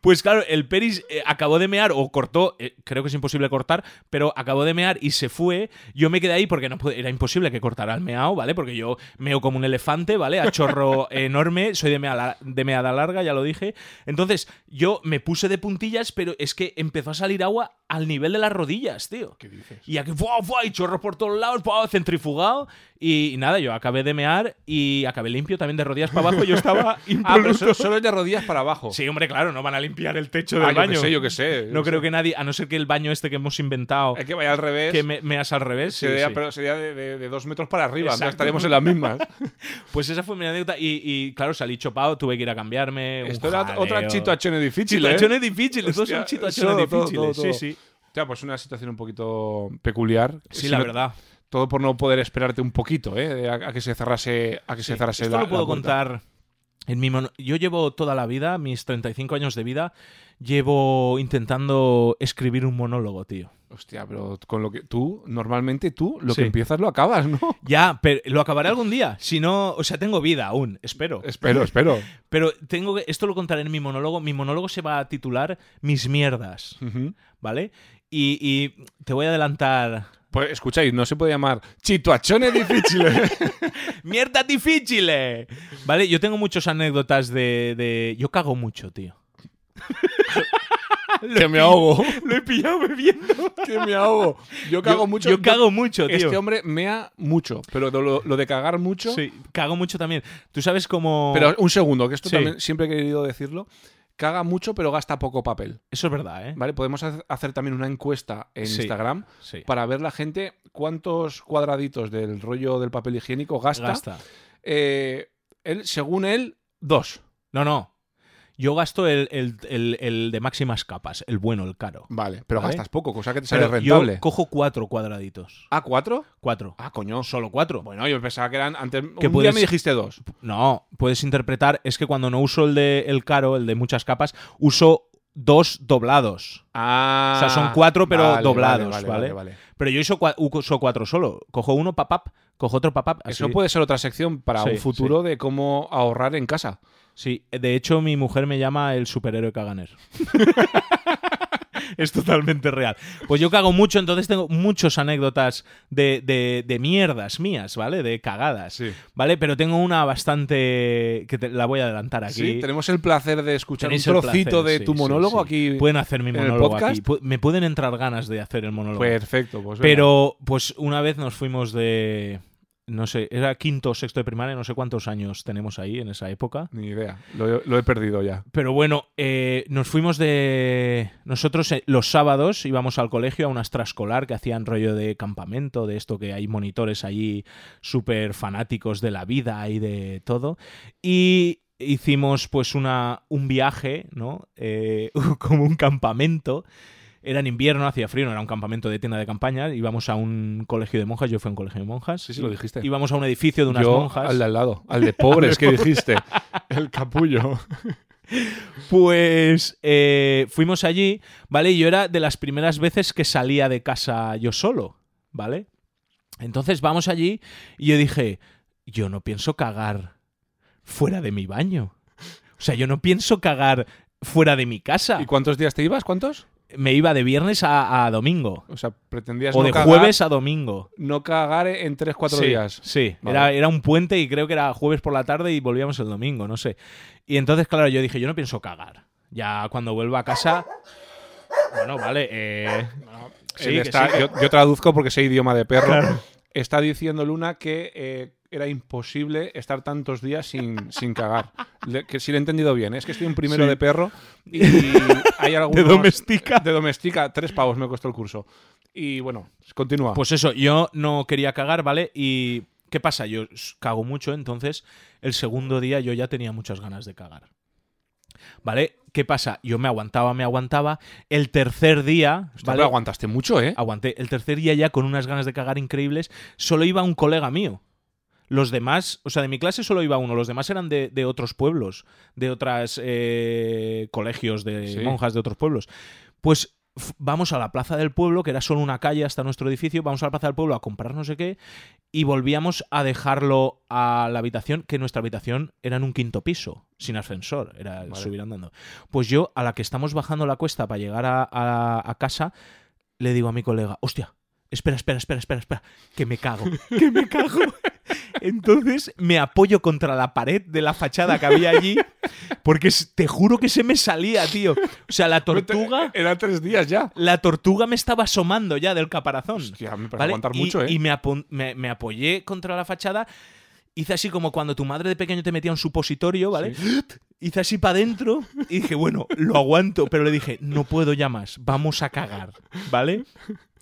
[SPEAKER 3] Pues claro, el Peris eh, acabó de mear o cortó, eh, creo que es imposible cortar, pero acabó de mear y se fue. Yo me quedé ahí porque no pude- era imposible que cortara el meao, ¿vale? Porque yo meo como un elefante, ¿vale? A
[SPEAKER 2] (laughs)
[SPEAKER 3] chorro enorme, soy de, meala- de meada larga, ya lo dije. Entonces, yo me puse de puntillas, pero es que empezó a salir agua al nivel de las rodillas, tío.
[SPEAKER 2] ¿Qué dices?
[SPEAKER 3] Y aquí, ¡fua, fua! Y chorros por todos lados, ¡fua! centrifugado. Y, nada, yo acabé de mear y acabé limpio también de rodillas para abajo. Yo
[SPEAKER 2] (laughs)
[SPEAKER 3] estaba
[SPEAKER 2] Ah, pero
[SPEAKER 3] impoluto.
[SPEAKER 2] so- solo es de rodillas para abajo.
[SPEAKER 3] Sí, hombre, claro, no van a limpiar el techo
[SPEAKER 2] Ah,
[SPEAKER 3] del
[SPEAKER 2] yo
[SPEAKER 3] baño.
[SPEAKER 2] qué sé, yo qué sé. ¿Eh,
[SPEAKER 3] No creo que nadie, a no ser que el baño este que hemos inventado,
[SPEAKER 2] Es que vaya al revés.
[SPEAKER 3] que me, meas al revés. sí,
[SPEAKER 2] sería
[SPEAKER 3] sí.
[SPEAKER 2] pero sería de, de- de dos metros para arriba. entonces
[SPEAKER 3] Exacto.
[SPEAKER 2] Estaríamos en las
[SPEAKER 3] (laughs)
[SPEAKER 2] mismas.
[SPEAKER 3] Pues esa fue mi anécdota. Y, y, claro, salí chopado, tuve que ir a cambiarme. un
[SPEAKER 2] Esto era
[SPEAKER 3] jaleo.
[SPEAKER 2] otra situación difícil. ¿eh?
[SPEAKER 3] Situaciones difíciles, todos
[SPEAKER 2] Hostia,
[SPEAKER 3] son situaciones
[SPEAKER 2] todo, todo,
[SPEAKER 3] difíciles.
[SPEAKER 2] todo, todo.
[SPEAKER 3] Sí, sí.
[SPEAKER 2] Hostia, pues una situación un poquito peculiar.
[SPEAKER 3] Sí,
[SPEAKER 2] Si
[SPEAKER 3] la
[SPEAKER 2] no-
[SPEAKER 3] verdad.
[SPEAKER 2] Todo por no poder esperarte un poquito, ¿eh? A, a que se cerrase, a que se cerrase
[SPEAKER 3] Esto
[SPEAKER 2] la-
[SPEAKER 3] lo puedo
[SPEAKER 2] la puerta.
[SPEAKER 3] contar. En mi mono- Yo llevo toda la vida, mis 35 años de vida, llevo intentando escribir un monólogo, tío.
[SPEAKER 2] Hostia, pero con lo que tú, normalmente tú, lo
[SPEAKER 3] Sí.
[SPEAKER 2] que empiezas lo acabas, ¿no?
[SPEAKER 3] Ya, pero lo acabaré algún día. Si no, o sea, tengo vida aún, espero.
[SPEAKER 2] (laughs) espero, espero.
[SPEAKER 3] Pero tengo que, esto lo contaré en mi monólogo. Mi monólogo se va a titular Mis mierdas,
[SPEAKER 2] Ujú.
[SPEAKER 3] ¿vale? Y, y te voy a
[SPEAKER 2] (laughs)
[SPEAKER 3] adelantar.
[SPEAKER 2] Pues escucháis, no se puede llamar situaciones difíciles.
[SPEAKER 3] ¡Mierda difícil! ¿Vale? Yo tengo muchas anécdotas de, de- Yo cago mucho,
[SPEAKER 2] (laughs)
[SPEAKER 3] tío.
[SPEAKER 2] que me ahogo.
[SPEAKER 3] (laughs) Lo he pillado bebiendo.
[SPEAKER 2] que me ahogo. Yo cago mucho.
[SPEAKER 3] Yo cago mucho, tío.
[SPEAKER 2] Este hombre mea mucho, pero de lo, lo de cagar mucho.
[SPEAKER 3] Sí, cago mucho también. Tú sabes cómo.
[SPEAKER 2] Pero un segundo, que esto
[SPEAKER 3] Sí.
[SPEAKER 2] también siempre he querido decirlo. Caga mucho, pero gasta poco papel.
[SPEAKER 3] Eso es verdad, ¿eh?
[SPEAKER 2] ¿Vale? Podemos hacer- hacer también una encuesta en
[SPEAKER 3] Sí.
[SPEAKER 2] Instagram
[SPEAKER 3] Sí.
[SPEAKER 2] para ver la gente cuántos cuadraditos del rollo del papel higiénico gasta.
[SPEAKER 3] Gasta.
[SPEAKER 2] Eh, él, según él, dos.
[SPEAKER 3] No, no. Yo gasto el, el- el- el de máximas capas, el bueno, el caro.
[SPEAKER 2] Vale, pero
[SPEAKER 3] Vale.
[SPEAKER 2] gastas poco, cosa que te sale
[SPEAKER 3] Pero
[SPEAKER 2] rentable.
[SPEAKER 3] Yo cojo cuatro cuadraditos.
[SPEAKER 2] ¿A cuatro?
[SPEAKER 3] Cuatro.
[SPEAKER 2] Ah, coño.
[SPEAKER 3] Solo cuatro.
[SPEAKER 2] Bueno, yo pensaba que eran antes. Un
[SPEAKER 3] Que
[SPEAKER 2] día
[SPEAKER 3] puedes-
[SPEAKER 2] me dijiste dos.
[SPEAKER 3] No, puedes interpretar. Es que cuando no uso el de el caro, el de muchas capas, uso dos doblados.
[SPEAKER 2] Ah.
[SPEAKER 3] O sea, son cuatro, pero
[SPEAKER 2] vale,
[SPEAKER 3] doblados,
[SPEAKER 2] vale,
[SPEAKER 3] ¿vale?
[SPEAKER 2] vale, vale.
[SPEAKER 3] Pero yo uso, cua- uso cuatro solo. Cojo uno, papap, cojo otro, papap. así.
[SPEAKER 2] Eso puede ser otra sección para
[SPEAKER 3] Sí,
[SPEAKER 2] un futuro de cómo ahorrar en casa. (laughs)
[SPEAKER 3] Sí, de hecho, mi mujer me llama el superhéroe caganer. es totalmente real. Pues yo cago mucho, entonces tengo muchas anécdotas de, de- de mierdas mías, ¿vale? De cagadas,
[SPEAKER 2] Sí.
[SPEAKER 3] ¿vale? Pero tengo una bastante... que te- la voy a adelantar aquí.
[SPEAKER 2] Sí, tenemos el placer de escuchar un
[SPEAKER 3] Tenéis el
[SPEAKER 2] trocito
[SPEAKER 3] placer,
[SPEAKER 2] de
[SPEAKER 3] sí,
[SPEAKER 2] tu
[SPEAKER 3] sí,
[SPEAKER 2] monólogo
[SPEAKER 3] sí.
[SPEAKER 2] aquí.
[SPEAKER 3] Pueden hacer mi
[SPEAKER 2] en el
[SPEAKER 3] monólogo
[SPEAKER 2] podcast.
[SPEAKER 3] aquí. Pu- Me pueden entrar ganas de hacer el monólogo.
[SPEAKER 2] Perfecto, pues venga.
[SPEAKER 3] Pero, pues una vez nos fuimos de. No sé, era quinto o sexto de primaria, no sé cuántos años tenemos ahí en esa época.
[SPEAKER 2] Ni idea, lo, lo he perdido ya.
[SPEAKER 3] Pero bueno, eh, nos fuimos de. Nosotros eh, los sábados íbamos al colegio a una extraescolar que hacían rollo de campamento, de esto que hay monitores allí súper fanáticos de la vida y de todo. Y hicimos pues una, un viaje, ¿no? Eh, (laughs) como un campamento. Era en invierno, hacía frío, no era un campamento de tienda de campaña. Íbamos a un colegio de monjas, yo fui a un colegio de monjas.
[SPEAKER 2] Sí, sí, lo dijiste.
[SPEAKER 3] Íbamos a un edificio Mm, de unas
[SPEAKER 2] Yo
[SPEAKER 3] monjas.
[SPEAKER 2] al de al lado, al
[SPEAKER 3] (laughs)
[SPEAKER 2] de pobres que dijiste. El (laughs) capullo.
[SPEAKER 3] Pues eh, fuimos allí, ¿vale? Y yo era de las primeras veces que salía de casa yo solo, ¿vale? Entonces vamos allí y yo dije, yo no pienso cagar fuera de mi baño. O sea, yo no pienso cagar fuera de mi casa.
[SPEAKER 2] ¿Y cuántos días te ibas? ¿Cuántos?
[SPEAKER 3] Me iba de viernes a, a domingo.
[SPEAKER 2] O sea, pretendías
[SPEAKER 3] O
[SPEAKER 2] no
[SPEAKER 3] de
[SPEAKER 2] cagar,
[SPEAKER 3] jueves a domingo.
[SPEAKER 2] no cagar en 3-4
[SPEAKER 3] Sí,
[SPEAKER 2] días.
[SPEAKER 3] Sí,
[SPEAKER 2] Vale.
[SPEAKER 3] era, era un puente y creo que era jueves por la tarde y volvíamos el domingo, no sé. Y entonces, claro, yo dije, yo no pienso cagar. Ya cuando vuelva a casa. Bueno, vale. eh, sí,
[SPEAKER 2] Él
[SPEAKER 3] que
[SPEAKER 2] está-
[SPEAKER 3] sí, que-
[SPEAKER 2] Yo, yo traduzco porque sé idioma de perro. Está diciendo Luna que eh, era imposible estar tantos días sin, sin cagar. Le- que si lo he entendido bien, ¿eh? es que estoy en primero
[SPEAKER 3] Sí.
[SPEAKER 2] de perro y
[SPEAKER 3] (laughs)
[SPEAKER 2] hay algunos...
[SPEAKER 3] doméstica.
[SPEAKER 2] De doméstica, tres pavos me costó el curso. Y bueno, continúa.
[SPEAKER 3] Pues eso, yo no quería cagar, ¿vale? Y. ¿Qué pasa? Yo s- cago mucho, entonces el segundo día yo ya tenía muchas ganas de cagar. ¿Vale? ¿Qué pasa? Yo me aguantaba, me aguantaba. El tercer día,
[SPEAKER 2] Hostia,
[SPEAKER 3] ¿vale?
[SPEAKER 2] pero aguantaste mucho, ¿eh?
[SPEAKER 3] Aguanté. El tercer día ya con unas ganas de cagar increíbles, solo iba un colega mío. Los demás, o sea, de mi clase solo iba uno, los demás eran de, de otros pueblos, de otras eh, colegios, de
[SPEAKER 2] Sí.
[SPEAKER 3] monjas de otros pueblos. Pues f- vamos a la plaza del pueblo, que era solo una calle hasta nuestro edificio, vamos a la plaza del pueblo a comprar no sé qué, y volvíamos a dejarlo a la habitación, que nuestra habitación era en un quinto piso, sin ascensor, era
[SPEAKER 2] Vale.
[SPEAKER 3] subir andando. Pues yo, a la que estamos bajando la cuesta para llegar a, a- a casa, le digo a mi colega, hostia, espera, espera, espera, espera, espera, que me cago, (laughs) que me cago. Entonces me apoyo contra la pared de la fachada que había allí, porque s- te juro que se me salía, tío. O sea, la tortuga,
[SPEAKER 2] Era tres días ya.
[SPEAKER 3] la tortuga me estaba asomando ya del caparazón.
[SPEAKER 2] Hostia, me parece
[SPEAKER 3] ¿vale?
[SPEAKER 2] aguantar
[SPEAKER 3] y,
[SPEAKER 2] mucho, ¿eh?
[SPEAKER 3] y me, apo- me- me apoyé contra la fachada. Hice así como cuando tu madre de pequeño te metía un supositorio, ¿vale? Hice así para adentro y dije, bueno, lo aguanto, pero le dije, no puedo ya más, vamos a cagar, ¿vale?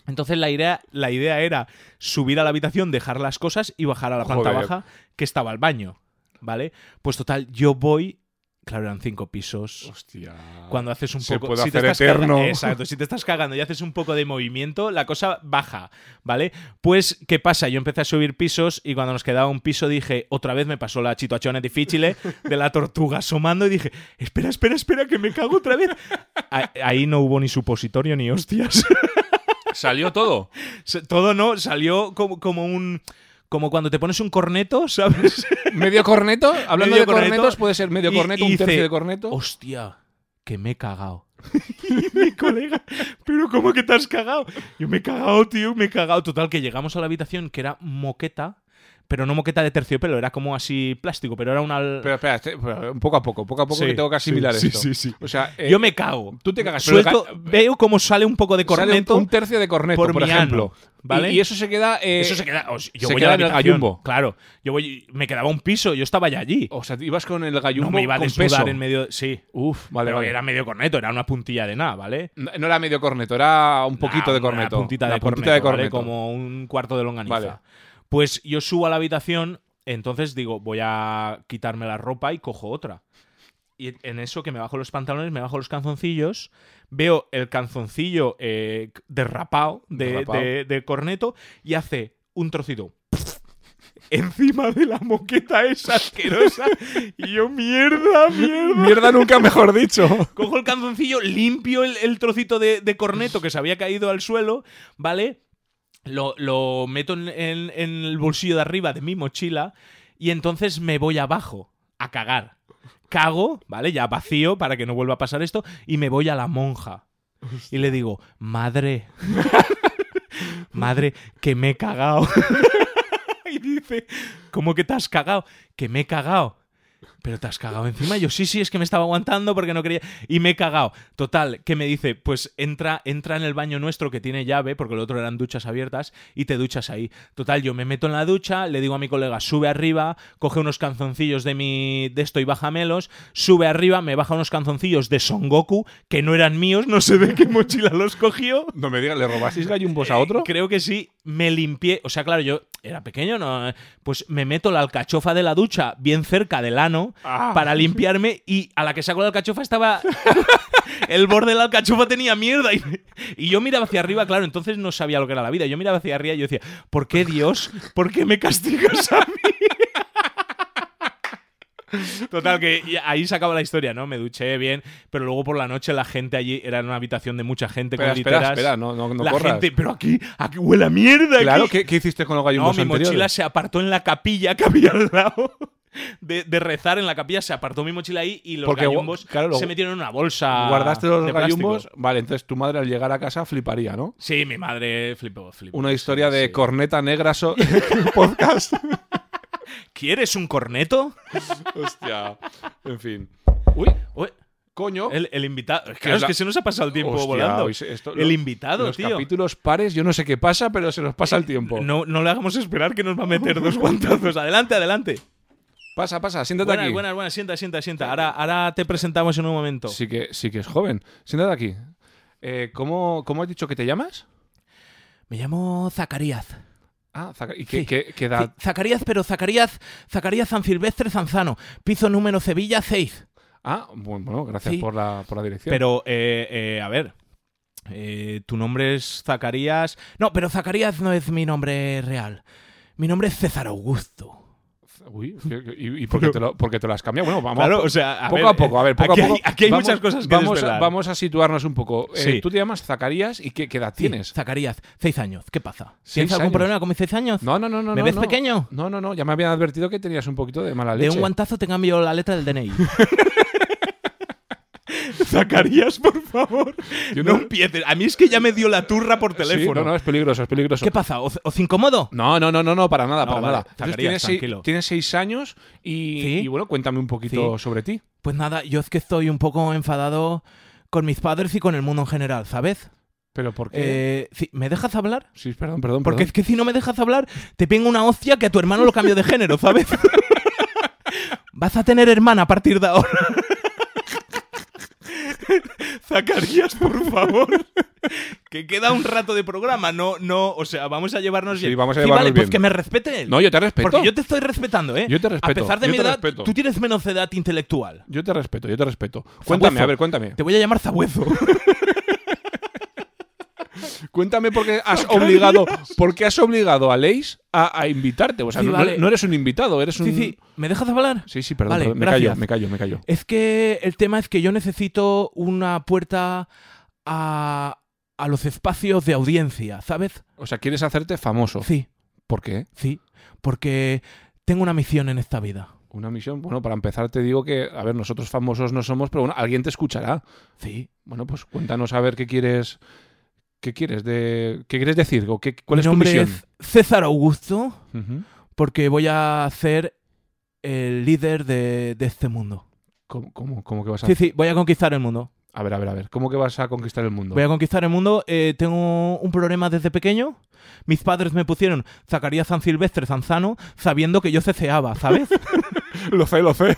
[SPEAKER 3] Entonces la idea, la idea era subir a la habitación, dejar las cosas y bajar a la planta
[SPEAKER 2] Joder.
[SPEAKER 3] baja, que estaba el baño, ¿vale? Pues total, yo voy, claro, eran cinco pisos,
[SPEAKER 2] Hostia.
[SPEAKER 3] cuando haces un
[SPEAKER 2] Ah. Se
[SPEAKER 3] poco
[SPEAKER 2] puede
[SPEAKER 3] te
[SPEAKER 2] hacer
[SPEAKER 3] estás caga-
[SPEAKER 2] eterno.
[SPEAKER 3] exacto si te estás cagando y haces un poco de movimiento la cosa baja vale pues qué pasa yo empecé a subir pisos y cuando nos quedaba un piso dije otra vez me pasó la situación difícil ¿eh? de la tortuga asomando y dije espera espera espera que me cago otra vez A- ahí no hubo ni supositorio ni hostias (laughs)
[SPEAKER 2] Salió todo.
[SPEAKER 3] Se- todo no salió como, como un como cuando te pones un corneto sabes
[SPEAKER 2] ¿Medio corneto? Hablando
[SPEAKER 3] Medio
[SPEAKER 2] de
[SPEAKER 3] corneto.
[SPEAKER 2] cornetos, puede ser medio
[SPEAKER 3] Y-
[SPEAKER 2] corneto,
[SPEAKER 3] y
[SPEAKER 2] un tercio
[SPEAKER 3] dice,
[SPEAKER 2] de corneto.
[SPEAKER 3] Hostia, que me he cagado. Y (laughs) mi colega, pero ¿cómo que te has cagado? Yo me he cagado, tío, me he cagado. Total, que llegamos a la habitación que era moqueta, pero no moqueta de terciopelo, era como así plástico, pero era una...
[SPEAKER 2] Pero espera, este- pero poco a poco, poco a poco
[SPEAKER 3] Sí,
[SPEAKER 2] que tengo que asimilar
[SPEAKER 3] sí,
[SPEAKER 2] esto.
[SPEAKER 3] sí, sí, sí.
[SPEAKER 2] O sea, eh,
[SPEAKER 3] Yo me cago.
[SPEAKER 2] tú te cagas, pero
[SPEAKER 3] Suelto,
[SPEAKER 2] ca-
[SPEAKER 3] veo cómo sale un poco de
[SPEAKER 2] sale un-
[SPEAKER 3] corneto.
[SPEAKER 2] un, tercio de corneto, por,
[SPEAKER 3] por mi ano,
[SPEAKER 2] ejemplo.
[SPEAKER 3] ¿vale?
[SPEAKER 2] Y, y eso se queda. eh,
[SPEAKER 3] Eso se queda. os- yo
[SPEAKER 2] se
[SPEAKER 3] voy
[SPEAKER 2] queda
[SPEAKER 3] a
[SPEAKER 2] en el
[SPEAKER 3] la habitación,
[SPEAKER 2] gallumbo.
[SPEAKER 3] Claro. Yo voy, me quedaba un piso, yo estaba ya allí.
[SPEAKER 2] O sea, ibas con el
[SPEAKER 3] yo
[SPEAKER 2] gallumbo
[SPEAKER 3] no me iba a
[SPEAKER 2] con
[SPEAKER 3] desnudar
[SPEAKER 2] peso.
[SPEAKER 3] en medio. Sí.
[SPEAKER 2] Uf, vale,
[SPEAKER 3] pero
[SPEAKER 2] vale.
[SPEAKER 3] era medio corneto, era una puntilla de nada, ¿vale?
[SPEAKER 2] No no era medio corneto, era un poquito
[SPEAKER 3] Nah,
[SPEAKER 2] de corneto.
[SPEAKER 3] Una puntita
[SPEAKER 2] La
[SPEAKER 3] de
[SPEAKER 2] puntita
[SPEAKER 3] corneto,
[SPEAKER 2] corneto.
[SPEAKER 3] ¿vale? Como un cuarto de longaniza.
[SPEAKER 2] Vale.
[SPEAKER 3] Pues yo subo a la habitación, entonces digo, voy a quitarme la ropa y cojo otra. Y en eso que me bajo los pantalones, me bajo los calzoncillos, veo el calzoncillo eh, derrapado de,
[SPEAKER 2] Derrapado.
[SPEAKER 3] de- de corneto y hace un trocito encima de la moqueta esa asquerosa. y yo, mierda,
[SPEAKER 2] (laughs)
[SPEAKER 3] mierda.
[SPEAKER 2] Mierda nunca mejor
[SPEAKER 3] (laughs)
[SPEAKER 2] dicho.
[SPEAKER 3] Cojo el canzoncillo, limpio el, el trocito de, de corneto que se había caído al suelo, ¿vale? Lo, lo meto en, en- en el bolsillo de arriba de mi mochila y entonces me voy abajo a cagar. Cago, ¿vale? Ya vacío para que no vuelva a pasar esto y me voy a la monja. Y le digo, madre, (laughs) madre, que me he cagado. (laughs) y dice, ¿cómo que te has cagado? Que me he cagado. Pero te has cagado encima. Yo, sí, sí, es que me estaba aguantando porque no quería. Y me he cagado. Total, que me dice, pues entra, entra en el baño nuestro que tiene llave, porque el otro eran duchas abiertas, y te duchas ahí. Total, yo me meto en la ducha, le digo a mi colega, sube arriba, coge unos canzoncillos de mi. de esto y bájamelos, sube arriba, me baja unos canzoncillos de Son Goku, que no eran míos, no sé de qué mochila los cogió.
[SPEAKER 2] No me digas, ¿le robasteis gallumbos a otro?
[SPEAKER 3] Creo que sí. Me limpié. O sea, claro, yo era pequeño, ¿no? Pues me meto la alcachofa de la ducha bien cerca del ano
[SPEAKER 2] Ah.
[SPEAKER 3] para limpiarme y a la que saco la alcachofa estaba. (laughs) El borde de la alcachofa tenía mierda. Y, y yo miraba hacia arriba, claro, entonces no sabía lo que era la vida. Yo miraba hacia arriba y yo decía, ¿por qué Dios? ¿Por qué me castigas a mí? (laughs) Total, que y ahí se acaba la historia, ¿no? Me duché bien, pero luego por la noche la gente allí era en una habitación de mucha gente
[SPEAKER 2] Espera,
[SPEAKER 3] con
[SPEAKER 2] espera,
[SPEAKER 3] literas.
[SPEAKER 2] espera, no, no, no
[SPEAKER 3] la
[SPEAKER 2] corras.
[SPEAKER 3] gente, pero aquí, aquí huele a mierda.
[SPEAKER 2] Claro,
[SPEAKER 3] aquí.
[SPEAKER 2] ¿qué, qué hiciste con los
[SPEAKER 3] No,
[SPEAKER 2] gallumbos
[SPEAKER 3] mi
[SPEAKER 2] anteriores?
[SPEAKER 3] mochila se apartó en la capilla (laughs) que había al lado. De, de rezar en la capilla se apartó mi mochila ahí y los
[SPEAKER 2] Porque gua-
[SPEAKER 3] gallumbos
[SPEAKER 2] claro, lo-
[SPEAKER 3] se metieron en una bolsa.
[SPEAKER 2] ¿Guardaste los
[SPEAKER 3] ah, de plástico.
[SPEAKER 2] gallumbos? Vale, entonces tu madre al llegar a casa fliparía, ¿no?
[SPEAKER 3] Sí, mi madre flipó, flipó.
[SPEAKER 2] Una historia
[SPEAKER 3] Sí,
[SPEAKER 2] de
[SPEAKER 3] sí.
[SPEAKER 2] corneta negra
[SPEAKER 3] (laughs)
[SPEAKER 2] so- (laughs) podcast.
[SPEAKER 3] ¿Quieres un corneto?
[SPEAKER 2] Hostia. En fin. Uy,
[SPEAKER 3] Uy,
[SPEAKER 2] coño.
[SPEAKER 3] el, el invitado.
[SPEAKER 2] es
[SPEAKER 3] Claro, es
[SPEAKER 2] la-
[SPEAKER 3] que se nos ha pasado el tiempo
[SPEAKER 2] Hostia,
[SPEAKER 3] volando.
[SPEAKER 2] hoy se- esto-
[SPEAKER 3] el
[SPEAKER 2] lo-
[SPEAKER 3] invitado,
[SPEAKER 2] los
[SPEAKER 3] tío.
[SPEAKER 2] capítulos pares, yo no sé qué pasa, pero se nos pasa el Eh, tiempo.
[SPEAKER 3] No, no le hagamos esperar que nos va a meter
[SPEAKER 2] (laughs)
[SPEAKER 3] dos guantazos. Adelante, adelante.
[SPEAKER 2] Pasa, pasa, siéntate
[SPEAKER 3] Buenas,
[SPEAKER 2] aquí.
[SPEAKER 3] buenas, buenas. Sienta, sienta, sienta. Ahora, ahora te presentamos en un momento.
[SPEAKER 2] Sí que, sí que es joven. Siéntate aquí. Eh, ¿cómo, ¿Cómo has dicho que te llamas?
[SPEAKER 3] Me llamo Zacarías.
[SPEAKER 2] Ah, Zaca- ¿y qué,
[SPEAKER 3] Sí.
[SPEAKER 2] qué- qué edad?
[SPEAKER 3] Sí, Zacarías, pero Zacarías, Zacarías San Silvestre Zanzano, piso número Sevilla 6.
[SPEAKER 2] Ah, bueno, bueno, gracias
[SPEAKER 3] Sí.
[SPEAKER 2] por, la, por la dirección.
[SPEAKER 3] Pero, eh, eh, a ver, eh, tu nombre es Zacarías. No, pero Zacarías no es mi nombre real. Mi nombre es César Augusto.
[SPEAKER 2] Uy, ¿qué- qué- ¿y, y por, qué te lo, por qué te lo has cambiado? Bueno, vamos.
[SPEAKER 3] Claro, o sea, a
[SPEAKER 2] poco
[SPEAKER 3] ver,
[SPEAKER 2] a poco, a ver, poco
[SPEAKER 3] aquí
[SPEAKER 2] a poco.
[SPEAKER 3] Hay, aquí hay
[SPEAKER 2] Vamos-
[SPEAKER 3] muchas cosas que
[SPEAKER 2] vamos a,
[SPEAKER 3] desvelar.
[SPEAKER 2] vamos a situarnos un poco. Eh,
[SPEAKER 3] Sí.
[SPEAKER 2] tú te llamas Zacarías y ¿qué, qué edad
[SPEAKER 3] Sí,
[SPEAKER 2] tienes?
[SPEAKER 3] Zacarías, seis años. ¿Qué pasa?
[SPEAKER 2] Seis
[SPEAKER 3] ¿Tienes algún
[SPEAKER 2] años.
[SPEAKER 3] problema con mis seis años?
[SPEAKER 2] No, no, no, no.
[SPEAKER 3] ¿Me
[SPEAKER 2] no,
[SPEAKER 3] ves
[SPEAKER 2] no.
[SPEAKER 3] pequeño?
[SPEAKER 2] No, no, no. Ya me habían advertido que tenías un poquito de mala
[SPEAKER 3] De
[SPEAKER 2] leche.
[SPEAKER 3] un guantazo te cambio la letra del DNI. (laughs) Zacarías, por favor.
[SPEAKER 2] Yo
[SPEAKER 3] no,
[SPEAKER 2] no-
[SPEAKER 3] empieces. A mí es que ya me dio la turra por
[SPEAKER 2] Sí,
[SPEAKER 3] teléfono.
[SPEAKER 2] no, no, es peligroso, es peligroso.
[SPEAKER 3] ¿Qué pasa? ¿O, o cinco modo?
[SPEAKER 2] No, no, no, no, no, para nada,
[SPEAKER 3] No,
[SPEAKER 2] para
[SPEAKER 3] vale,
[SPEAKER 2] nada. Entonces,
[SPEAKER 3] Zacarías,
[SPEAKER 2] tienes, seis,
[SPEAKER 3] tranquilo.
[SPEAKER 2] tienes seis años y,
[SPEAKER 3] Sí.
[SPEAKER 2] y, bueno, cuéntame un poquito
[SPEAKER 3] Sí.
[SPEAKER 2] sobre ti.
[SPEAKER 3] Pues nada, yo es que estoy un poco enfadado con mis padres y con el mundo en general, ¿sabes?
[SPEAKER 2] Pero ¿por qué?
[SPEAKER 3] Eh, si- ¿Me dejas hablar?
[SPEAKER 2] sí, perdón, perdón,
[SPEAKER 3] Porque
[SPEAKER 2] perdón.
[SPEAKER 3] es que si no me dejas hablar, te pego una hostia que a tu hermano lo cambio de género,
[SPEAKER 2] (laughs)
[SPEAKER 3] ¿sabes? Vas a tener hermana a partir de ahora. (laughs) Zacarías, por favor. Que queda un rato de programa, no, no, o sea, vamos a llevarnos
[SPEAKER 2] Sí,
[SPEAKER 3] bien.
[SPEAKER 2] vamos a llevarnos
[SPEAKER 3] vale,
[SPEAKER 2] bien.
[SPEAKER 3] pues que me respete él.
[SPEAKER 2] No, yo te respeto.
[SPEAKER 3] Porque yo te estoy respetando, ¿eh?
[SPEAKER 2] Yo te respeto,
[SPEAKER 3] A pesar de
[SPEAKER 2] yo
[SPEAKER 3] mi
[SPEAKER 2] te
[SPEAKER 3] edad,
[SPEAKER 2] respeto.
[SPEAKER 3] tú tienes menos edad intelectual.
[SPEAKER 2] Yo te respeto, yo te respeto. Cuéntame, a ver, cuéntame.
[SPEAKER 3] Te voy a llamar
[SPEAKER 2] (laughs)
[SPEAKER 3] Zabuezo.
[SPEAKER 2] Cuéntame por qué
[SPEAKER 3] (laughs)
[SPEAKER 2] has obligado, por qué has obligado a Leis a, a invitarte. O sea,
[SPEAKER 3] Sí,
[SPEAKER 2] no,
[SPEAKER 3] vale.
[SPEAKER 2] no eres un invitado, eres un.
[SPEAKER 3] Sí, sí. ¿Me dejas hablar?
[SPEAKER 2] Sí, sí, perdón,
[SPEAKER 3] Vale,
[SPEAKER 2] perdón, Me
[SPEAKER 3] gracias.
[SPEAKER 2] callo, me callo, me callo.
[SPEAKER 3] Es que el tema es que yo necesito una puerta a, a los espacios de audiencia, ¿sabes?
[SPEAKER 2] O sea, quieres hacerte famoso.
[SPEAKER 3] Sí,
[SPEAKER 2] ¿Por qué?
[SPEAKER 3] sí. Porque tengo una misión en esta vida.
[SPEAKER 2] Una misión. Bueno, para empezar te digo que, a ver, nosotros famosos no somos, pero bueno, alguien te escuchará.
[SPEAKER 3] Sí.
[SPEAKER 2] Bueno, pues cuéntanos a ver qué quieres. ¿Qué quieres? De, ¿Qué quieres decir? ¿O qué, ¿Cuál
[SPEAKER 3] Mi
[SPEAKER 2] es tu
[SPEAKER 3] nombre
[SPEAKER 2] misión?
[SPEAKER 3] es César Augusto,
[SPEAKER 2] Ujú.
[SPEAKER 3] porque voy a ser el líder de, de este mundo.
[SPEAKER 2] ¿Cómo, cómo, cómo que vas a
[SPEAKER 3] Sí, sí, voy a conquistar el mundo.
[SPEAKER 2] A ver, a ver, a ver. ¿Cómo que vas a conquistar el mundo?
[SPEAKER 3] Voy a conquistar el mundo. Eh, tengo un problema desde pequeño. Mis padres me pusieron Zacarías San Silvestre Sanzano sabiendo que yo ceceaba, (laughs) ¿sabes?
[SPEAKER 2] (laughs) Lo sé, lo sé.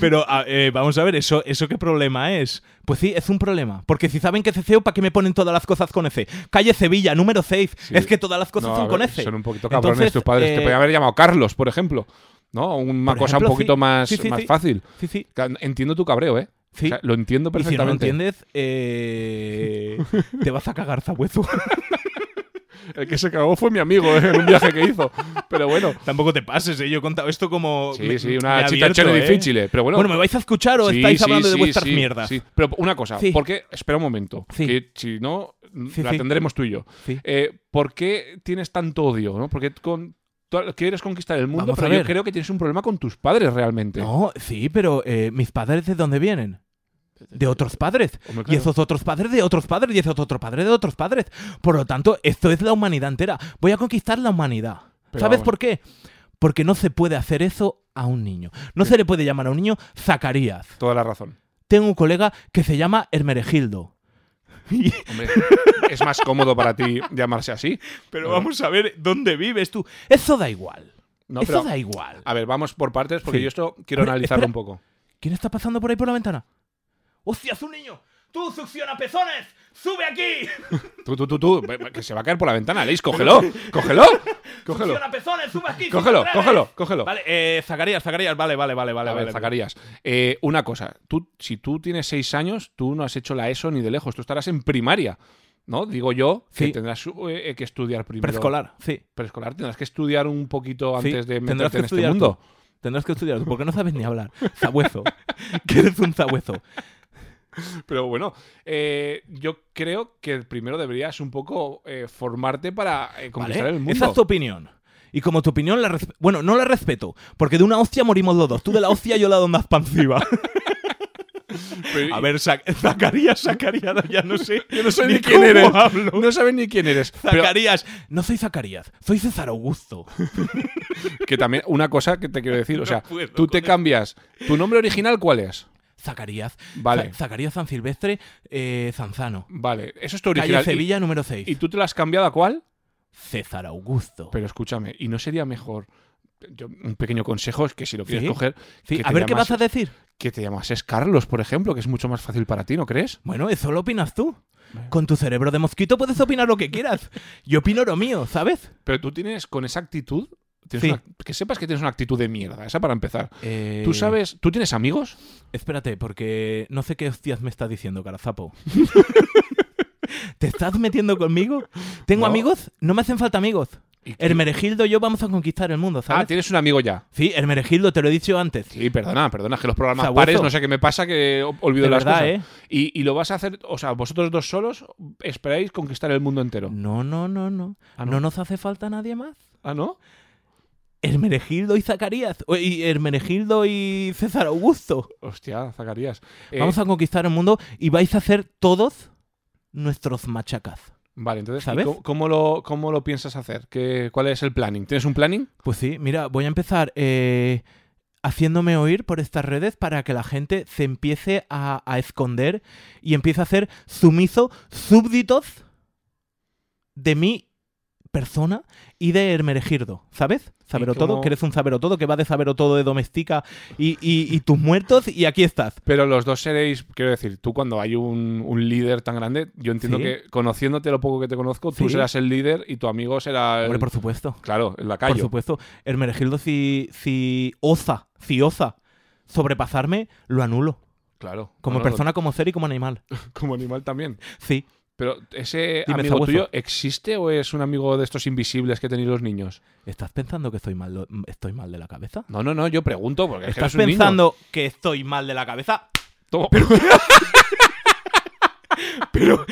[SPEAKER 3] Pero a- eh, vamos a ver, ¿eso, ¿eso qué problema es? Pues sí, es un problema. Porque si saben que ceceo, ¿para qué me ponen todas las cosas con F? Calle Sevilla, número 6.
[SPEAKER 2] Sí.
[SPEAKER 3] Es que todas las cosas
[SPEAKER 2] No, a
[SPEAKER 3] son
[SPEAKER 2] ver,
[SPEAKER 3] con F.
[SPEAKER 2] Son un poquito cabrones
[SPEAKER 3] Entonces,
[SPEAKER 2] tus padres.
[SPEAKER 3] eh,
[SPEAKER 2] Te podían haber llamado Carlos, por ejemplo. ¿No? Una
[SPEAKER 3] Por
[SPEAKER 2] cosa
[SPEAKER 3] ejemplo,
[SPEAKER 2] un poquito
[SPEAKER 3] sí.
[SPEAKER 2] más,
[SPEAKER 3] Sí, sí,
[SPEAKER 2] más
[SPEAKER 3] sí.
[SPEAKER 2] fácil.
[SPEAKER 3] Sí, sí.
[SPEAKER 2] Claro, Entiendo tu cabreo, ¿eh?
[SPEAKER 3] Sí.
[SPEAKER 2] O sea, lo entiendo
[SPEAKER 3] Y si no lo
[SPEAKER 2] perfectamente.
[SPEAKER 3] entiendes, eh, te vas a cagar, Zabuezo.
[SPEAKER 2] el que se cagó fue mi amigo ¿eh? en un viaje que hizo. Pero bueno.
[SPEAKER 3] (laughs) Tampoco te pases, ¿eh? Yo he contado esto como...
[SPEAKER 2] Sí,
[SPEAKER 3] me-
[SPEAKER 2] sí, una
[SPEAKER 3] me he
[SPEAKER 2] chita
[SPEAKER 3] abierto,
[SPEAKER 2] chévere
[SPEAKER 3] ¿eh?
[SPEAKER 2] difícil. eh, Pero bueno.
[SPEAKER 3] Bueno, ¿me vais a escuchar o
[SPEAKER 2] Sí,
[SPEAKER 3] estáis
[SPEAKER 2] sí,
[SPEAKER 3] hablando de
[SPEAKER 2] sí,
[SPEAKER 3] vuestras
[SPEAKER 2] sí,
[SPEAKER 3] mierdas?
[SPEAKER 2] sí. Pero una cosa,
[SPEAKER 3] Sí.
[SPEAKER 2] porque, espera un momento,
[SPEAKER 3] Sí.
[SPEAKER 2] que si no,
[SPEAKER 3] Sí,
[SPEAKER 2] la
[SPEAKER 3] sí.
[SPEAKER 2] tendremos tú y yo.
[SPEAKER 3] Sí.
[SPEAKER 2] Eh, ¿Por qué tienes tanto odio? ¿no? Porque con, tú quieres conquistar el mundo,
[SPEAKER 3] Vamos a
[SPEAKER 2] pero yo
[SPEAKER 3] ver.
[SPEAKER 2] creo que tienes un problema con tus padres realmente.
[SPEAKER 3] No, sí, pero eh, ¿mis padres de dónde vienen? de otros padres.
[SPEAKER 2] Hombre,
[SPEAKER 3] Y
[SPEAKER 2] claro.
[SPEAKER 3] esos otros padres de otros padres y esos otros padres de otros padres. Por lo tanto, esto es la humanidad entera. Voy a conquistar la humanidad.
[SPEAKER 2] Pero
[SPEAKER 3] ¿Sabes
[SPEAKER 2] vamos.
[SPEAKER 3] por qué? Porque no se puede hacer eso a un niño. No se le puede llamar a un niño Zacarías.
[SPEAKER 2] Toda la razón.
[SPEAKER 3] Tengo un colega que se llama Hermeregildo. Y- (laughs)
[SPEAKER 2] Hombre, es más cómodo para ti llamarse así.
[SPEAKER 3] pero
[SPEAKER 2] Claro.
[SPEAKER 3] vamos a ver dónde vives tú. Eso da igual.
[SPEAKER 2] No,
[SPEAKER 3] eso
[SPEAKER 2] pero-
[SPEAKER 3] da igual.
[SPEAKER 2] A ver, vamos por partes porque
[SPEAKER 3] Sí.
[SPEAKER 2] yo esto quiero
[SPEAKER 3] Hombre,
[SPEAKER 2] analizarlo
[SPEAKER 3] espera.
[SPEAKER 2] un poco.
[SPEAKER 3] ¿Quién está pasando por ahí por la ventana? ¡Hostia, es un niño! ¡Tú succiona pezones! ¡Sube aquí!
[SPEAKER 2] Tú, tú, tú, tú, ve- ve- que se va a caer por la ventana, Leis,
[SPEAKER 3] (laughs)
[SPEAKER 2] cógelo, cógelo, cógelo.
[SPEAKER 3] ¡Succiona pezones! ¡Sube aquí! si te
[SPEAKER 2] (laughs) Cógelo,
[SPEAKER 3] atreves!
[SPEAKER 2] cógelo, cógelo.
[SPEAKER 3] Vale, eh, Zacarías, Zacarías, vale, vale, vale, vale.
[SPEAKER 2] A ver,
[SPEAKER 3] vale.
[SPEAKER 2] Zacarías, eh, una cosa, tú, si tú tienes seis años, tú no has hecho la ESO ni de lejos, tú estarás en primaria, ¿no? Digo yo que
[SPEAKER 3] Sí.
[SPEAKER 2] tendrás eh, que estudiar primero.
[SPEAKER 3] Preescolar, sí.
[SPEAKER 2] Preescolar, tendrás que estudiar un poquito
[SPEAKER 3] Sí,
[SPEAKER 2] antes de
[SPEAKER 3] tendrás
[SPEAKER 2] meterte
[SPEAKER 3] que
[SPEAKER 2] en este
[SPEAKER 3] estudiar
[SPEAKER 2] mundo. (laughs)
[SPEAKER 3] tú. Tendrás que estudiar tú, porque no sabes ni hablar. Zabuezo. que eres un zabuezo.
[SPEAKER 2] Pero bueno, eh, yo creo que primero deberías un poco eh, formarte para eh, conquistar
[SPEAKER 3] ¿Vale?
[SPEAKER 2] el mundo.
[SPEAKER 3] Esa es tu opinión. Y como tu opinión la respeto. Bueno, no la respeto, porque de una hostia morimos los dos. Tú de la hostia, yo la onda
[SPEAKER 2] (laughs)
[SPEAKER 3] expansiva.
[SPEAKER 2] Pero-
[SPEAKER 3] A ver, Zac- Zacarías, Zacarías, ya no sé. Yo (laughs)
[SPEAKER 2] no sé ni, quién eres.
[SPEAKER 3] hablo.
[SPEAKER 2] No sabes ni quién eres. Pero
[SPEAKER 3] Zacarías. No soy Zacarías, soy César Augusto.
[SPEAKER 2] que también, una cosa que te quiero
[SPEAKER 3] (laughs)
[SPEAKER 2] decir, o sea,
[SPEAKER 3] puedo
[SPEAKER 2] tú te cambias. ¿Tu nombre original cuál es?
[SPEAKER 3] Zacarías.
[SPEAKER 2] Vale.
[SPEAKER 3] Za- Zacarías San Silvestre, eh, Zanzano.
[SPEAKER 2] Vale, eso es tu
[SPEAKER 3] Calle
[SPEAKER 2] original.
[SPEAKER 3] Sevilla, número
[SPEAKER 2] ¿Y, y
[SPEAKER 3] 6.
[SPEAKER 2] tú te lo has cambiado a cuál?
[SPEAKER 3] César Augusto.
[SPEAKER 2] Pero escúchame, ¿y no sería mejor? yo- un pequeño consejo es que si lo quieres
[SPEAKER 3] Sí.
[SPEAKER 2] coger,
[SPEAKER 3] Sí,
[SPEAKER 2] que
[SPEAKER 3] a
[SPEAKER 2] te
[SPEAKER 3] ver qué
[SPEAKER 2] llamas-
[SPEAKER 3] vas a decir.
[SPEAKER 2] que te llamases Carlos, por ejemplo, que es mucho más fácil para ti, ¿no crees?
[SPEAKER 3] Bueno, eso lo opinas tú. Con tu cerebro de mosquito puedes opinar lo que quieras. Yo opino lo mío, ¿sabes?
[SPEAKER 2] Pero tú tienes con esa actitud, tienes
[SPEAKER 3] Sí.
[SPEAKER 2] una- que sepas que tienes una actitud de mierda, esa para empezar.
[SPEAKER 3] Eh,
[SPEAKER 2] ¿Tú sabes, tú tienes amigos?
[SPEAKER 3] Espérate, porque no sé qué hostias me estás diciendo, carazapo. ¿Te estás metiendo conmigo? ¿Tengo
[SPEAKER 2] No.
[SPEAKER 3] amigos? No me hacen falta amigos.
[SPEAKER 2] ¿Y qué-
[SPEAKER 3] Hermeregildo y yo vamos a conquistar el mundo,
[SPEAKER 2] Ah,
[SPEAKER 3] ¿sabes?
[SPEAKER 2] tienes un amigo ya.
[SPEAKER 3] sí, Hermeregildo, te lo he dicho antes.
[SPEAKER 2] Sí, perdona, perdona, es que los programas
[SPEAKER 3] Sabueso.
[SPEAKER 2] pares, no sé qué me pasa, que o- olvido
[SPEAKER 3] De
[SPEAKER 2] las
[SPEAKER 3] verdad, ¿eh?
[SPEAKER 2] cosas. Y, y lo vas a hacer, o sea, vosotros dos solos esperáis conquistar el mundo entero.
[SPEAKER 3] No, no, no, no.
[SPEAKER 2] Ah, no.
[SPEAKER 3] no. nos hace falta nadie más.
[SPEAKER 2] ¿Ah, no?
[SPEAKER 3] Hermeregildo y Zacarías. O- Y Hermeregildo y César Augusto.
[SPEAKER 2] Hostia, Zacarías. Eh,
[SPEAKER 3] Vamos a conquistar el mundo y vais a ser todos nuestros machacas.
[SPEAKER 2] Vale, entonces, ¿y
[SPEAKER 3] ¿Sabes?
[SPEAKER 2] ¿cómo, cómo lo, cómo lo piensas hacer? ¿Qué, ¿Cuál es el planning? ¿Tienes un planning?
[SPEAKER 3] Pues sí, mira, voy a empezar eh, haciéndome oír por estas redes para que la gente se empiece a, a esconder y empiece a ser sumiso, súbditos de mi persona y de Hermeregirdo, ¿sabes? Sabero todo,
[SPEAKER 2] cómo-
[SPEAKER 3] que eres un sabero todo, que va de sabero todo de domestica y, y- y tus muertos y aquí estás.
[SPEAKER 2] Pero los dos seréis, quiero decir, tú cuando hay un, un líder tan grande, yo entiendo
[SPEAKER 3] Sí.
[SPEAKER 2] que conociéndote lo poco que te conozco, tú
[SPEAKER 3] Sí.
[SPEAKER 2] serás el líder y tu amigo será el...
[SPEAKER 3] Hombre, por supuesto.
[SPEAKER 2] Claro, el
[SPEAKER 3] Por
[SPEAKER 2] lacayo.
[SPEAKER 3] supuesto, Hermeregildo si, si osa, si osa sobrepasarme, lo anulo.
[SPEAKER 2] Claro.
[SPEAKER 3] Como
[SPEAKER 2] No, no,
[SPEAKER 3] persona, como ser y como animal.
[SPEAKER 2] (laughs) Como animal también.
[SPEAKER 3] Sí.
[SPEAKER 2] Pero ese
[SPEAKER 3] Dime,
[SPEAKER 2] amigo
[SPEAKER 3] Sabueso.
[SPEAKER 2] tuyo existe o es un amigo de estos invisibles que tenéis los niños?
[SPEAKER 3] ¿Estás pensando que estoy mal, lo- estoy mal de la cabeza?
[SPEAKER 2] No, no, no, yo pregunto porque es que
[SPEAKER 3] ¿Estás
[SPEAKER 2] eres un niño.
[SPEAKER 3] pensando que estoy mal de la cabeza? (laughs)
[SPEAKER 2] Toma.
[SPEAKER 3] Pero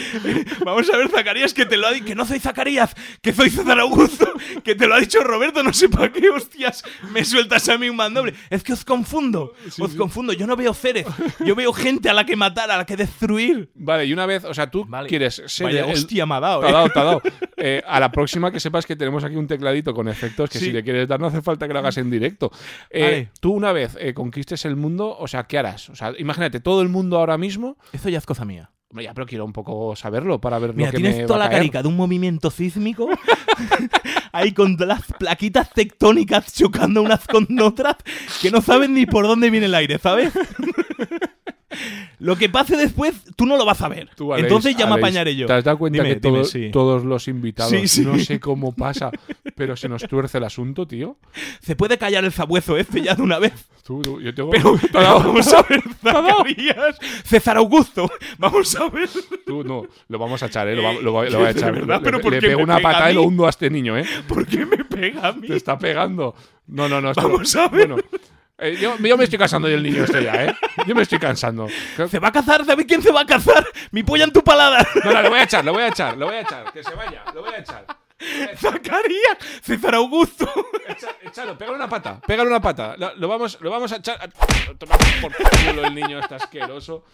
[SPEAKER 3] vamos a ver, Zacarías, que te lo ha dicho. Que no soy Zacarías, que soy César Augusto, (laughs) que te lo ha dicho Roberto, no sé para qué, hostias, me sueltas a mí un mandoble. Es que os confundo, os confundo. Yo no veo seres, yo veo gente a la que matar, a la que destruir.
[SPEAKER 2] (laughs) Vale, y una vez, o sea, tú
[SPEAKER 3] Vale.
[SPEAKER 2] quieres ser
[SPEAKER 3] Vaya
[SPEAKER 2] el-
[SPEAKER 3] hostia me ha
[SPEAKER 2] Te
[SPEAKER 3] dado,
[SPEAKER 2] ha
[SPEAKER 3] ¿eh?
[SPEAKER 2] dado, te ha dado. Eh, a la próxima que sepas que tenemos aquí un tecladito con efectos que
[SPEAKER 3] Sí.
[SPEAKER 2] si le quieres dar no hace falta que lo hagas en directo. Eh,
[SPEAKER 3] Vale.
[SPEAKER 2] Tú una vez eh, conquistes el mundo, o sea, ¿qué harás? O sea, imagínate, todo el mundo ahora mismo...
[SPEAKER 3] Eso ya es cosa mía.
[SPEAKER 2] Hombre, ya, pero quiero un poco saberlo para ver
[SPEAKER 3] Mira,
[SPEAKER 2] lo que me
[SPEAKER 3] tienes toda
[SPEAKER 2] va a
[SPEAKER 3] la
[SPEAKER 2] caer.
[SPEAKER 3] carica de un movimiento sísmico (laughs) ahí con las plaquitas tectónicas chocando unas con (laughs) otras que no saben ni por dónde viene el aire, ¿sabes? lo que pase después, tú no lo vas a ver.
[SPEAKER 2] Tú, Aleix,
[SPEAKER 3] Entonces ya me
[SPEAKER 2] Aleix,
[SPEAKER 3] apañaré yo.
[SPEAKER 2] ¿Te has dado cuenta
[SPEAKER 3] Dime,
[SPEAKER 2] que todo-
[SPEAKER 3] dime, sí.
[SPEAKER 2] todos los invitados,
[SPEAKER 3] Sí, sí.
[SPEAKER 2] no sé cómo pasa, pero se nos tuerce el asunto, tío?
[SPEAKER 3] Se puede callar el sabueso este ya de
[SPEAKER 2] (laughs)
[SPEAKER 3] una vez.
[SPEAKER 2] Tú, tú, yo tengo... (laughs)
[SPEAKER 3] Pero,
[SPEAKER 2] Te ha
[SPEAKER 3] pero
[SPEAKER 2] dado-
[SPEAKER 3] (laughs) vamos a ver, Zacarías. César Augusto, vamos a ver. (laughs)
[SPEAKER 2] tú, no, lo vamos a echar, ¿eh? Lo, va- lo va- lo
[SPEAKER 3] Eh,
[SPEAKER 2] va a
[SPEAKER 3] (laughs) de
[SPEAKER 2] echar.
[SPEAKER 3] verdad,
[SPEAKER 2] Le-
[SPEAKER 3] pero
[SPEAKER 2] le,
[SPEAKER 3] ¿por
[SPEAKER 2] le
[SPEAKER 3] qué
[SPEAKER 2] pego
[SPEAKER 3] me
[SPEAKER 2] una
[SPEAKER 3] pega a
[SPEAKER 2] patada y lo
[SPEAKER 3] mí?
[SPEAKER 2] hundo a este niño, ¿eh?
[SPEAKER 3] ¿Por qué me pega a mí?
[SPEAKER 2] Te está pegando. No, no, no. esto-
[SPEAKER 3] Vamos a ver.
[SPEAKER 2] Bueno, eh, yo, yo me estoy cansando del niño este ya, ¿eh? Yo me estoy cansando. Que-
[SPEAKER 3] ¿Se va a cazar? ¿Sabes quién se va a cazar? Mi polla en tu palada.
[SPEAKER 2] No, no, lo voy a echar, lo voy a echar, lo voy a echar. Que se vaya, lo voy a echar.
[SPEAKER 3] (laughs) Zacarías, César Augusto.
[SPEAKER 2] Echa- Échalo, pégale una pata, pégale una pata. Lo, lo vamos, lo vamos a echar. a- Toma por culo el niño, está este asqueroso.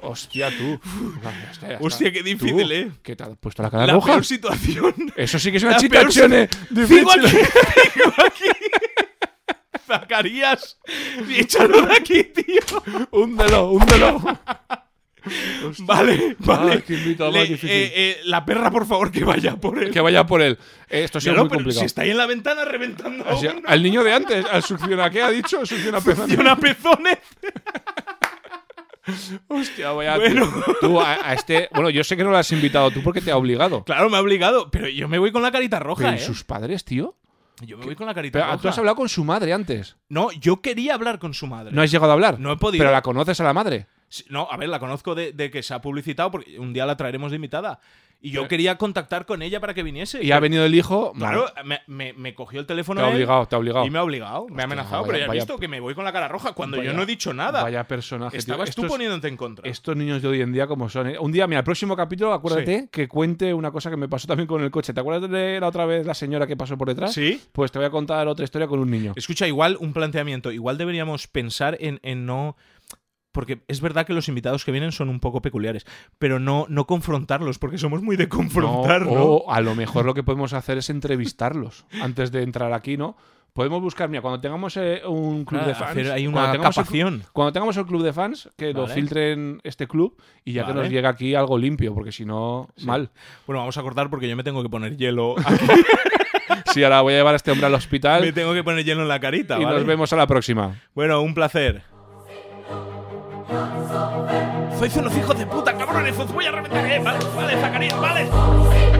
[SPEAKER 2] Hostia, tú. Hostia, ya está.
[SPEAKER 3] Hostia, qué difícil,
[SPEAKER 2] Tú,
[SPEAKER 3] ¿eh?
[SPEAKER 2] ¿Qué tal? Puesto la cara
[SPEAKER 3] La
[SPEAKER 2] roja.
[SPEAKER 3] peor situación.
[SPEAKER 2] Eso sí que es una
[SPEAKER 3] La
[SPEAKER 2] chita,
[SPEAKER 3] peor
[SPEAKER 2] Chone.
[SPEAKER 3] ¡Digo aquí! (laughs) ¡Digo aquí! ¡Zacarías! ¡Échalo de aquí, tío!
[SPEAKER 2] Húndelo,
[SPEAKER 3] (laughs)
[SPEAKER 2] húndelo. Ah,
[SPEAKER 3] Vale, vale.
[SPEAKER 2] qué invitado
[SPEAKER 3] Le-
[SPEAKER 2] más difícil.
[SPEAKER 3] eh, eh, la perra, por favor, que vaya por él.
[SPEAKER 2] que vaya por él. Eh, Esto ha sido
[SPEAKER 3] No, no,
[SPEAKER 2] muy
[SPEAKER 3] pero
[SPEAKER 2] complicado. Ah,
[SPEAKER 3] Si está ahí en la ventana reventando a
[SPEAKER 2] O sea,
[SPEAKER 3] uno.
[SPEAKER 2] al niño de antes, al succiona, ¿qué ha dicho? Succiona
[SPEAKER 3] (laughs) Y
[SPEAKER 2] pezones.
[SPEAKER 3] una pezones.
[SPEAKER 2] Hostia, vaya.
[SPEAKER 3] Bueno.
[SPEAKER 2] tío. Tú a, a este. Bueno, yo sé que no lo has invitado tú porque te ha obligado.
[SPEAKER 3] Claro, me ha obligado. Pero yo me voy con la carita roja,
[SPEAKER 2] Pero ¿y
[SPEAKER 3] ¿eh?
[SPEAKER 2] sus padres, tío?
[SPEAKER 3] Yo me voy con la carita
[SPEAKER 2] Pero, ah,
[SPEAKER 3] roja.
[SPEAKER 2] tú has hablado con su madre antes.
[SPEAKER 3] No, yo quería hablar con su madre.
[SPEAKER 2] No has llegado a hablar.
[SPEAKER 3] No he podido.
[SPEAKER 2] Pero la conoces a la madre.
[SPEAKER 3] Sí, No, a ver, la conozco de, de que se ha publicitado porque un día la traeremos de invitada. Y yo quería contactar con ella para que viniese.
[SPEAKER 2] Y ha venido el hijo.
[SPEAKER 3] Claro,
[SPEAKER 2] Vale,
[SPEAKER 3] me, me- me cogió el
[SPEAKER 2] Te
[SPEAKER 3] teléfono
[SPEAKER 2] ha
[SPEAKER 3] él
[SPEAKER 2] obligado, te ha obligado.
[SPEAKER 3] y me ha obligado, me ha amenazado,
[SPEAKER 2] vaya-
[SPEAKER 3] pero ya has
[SPEAKER 2] vaya-
[SPEAKER 3] visto que me voy con la cara roja cuando
[SPEAKER 2] Vaya-
[SPEAKER 3] yo no he dicho nada.
[SPEAKER 2] Vaya personaje. tío.
[SPEAKER 3] Estabas tú
[SPEAKER 2] Estos-
[SPEAKER 3] poniéndote en contra.
[SPEAKER 2] Estos niños de hoy en día, como son. eh? Un día, mira, el próximo capítulo, acuérdate que cuente una cosa que me pasó también con el coche. ¿Te acuerdas de la otra vez la señora que pasó por detrás?
[SPEAKER 3] Sí.
[SPEAKER 2] Pues te voy a contar otra historia con un niño.
[SPEAKER 3] Escucha, igual un planteamiento, igual deberíamos pensar en, en no... Porque es verdad que los invitados que vienen son un poco peculiares, pero no, no confrontarlos, porque somos muy de confrontar, ¿no?
[SPEAKER 2] No, O a lo mejor lo que podemos hacer es entrevistarlos antes de entrar aquí, ¿no? Podemos buscar, mira, cuando tengamos eh, un club
[SPEAKER 3] Ah,
[SPEAKER 2] de fans.
[SPEAKER 3] hacer ahí una
[SPEAKER 2] cuando tengamos el clu-
[SPEAKER 3] capación.
[SPEAKER 2] cuando tengamos el club de fans, que lo
[SPEAKER 3] Vale.
[SPEAKER 2] filtren este club y ya que
[SPEAKER 3] Vale.
[SPEAKER 2] nos llega aquí algo limpio, porque si no, mal.
[SPEAKER 3] Bueno, vamos a cortar porque yo me tengo que
[SPEAKER 2] (laughs)
[SPEAKER 3] poner hielo. (laughs)
[SPEAKER 2] Sí, ahora voy a llevar a este hombre al
[SPEAKER 3] me
[SPEAKER 2] hospital
[SPEAKER 3] tengo que poner hielo en la carita,
[SPEAKER 2] y
[SPEAKER 3] ¿vale?
[SPEAKER 2] nos vemos a la próxima.
[SPEAKER 3] Bueno, un placer. Sois unos hijos de puta, cabrones, os voy a reventar, eh. Vale, vale, Zacarías, vale.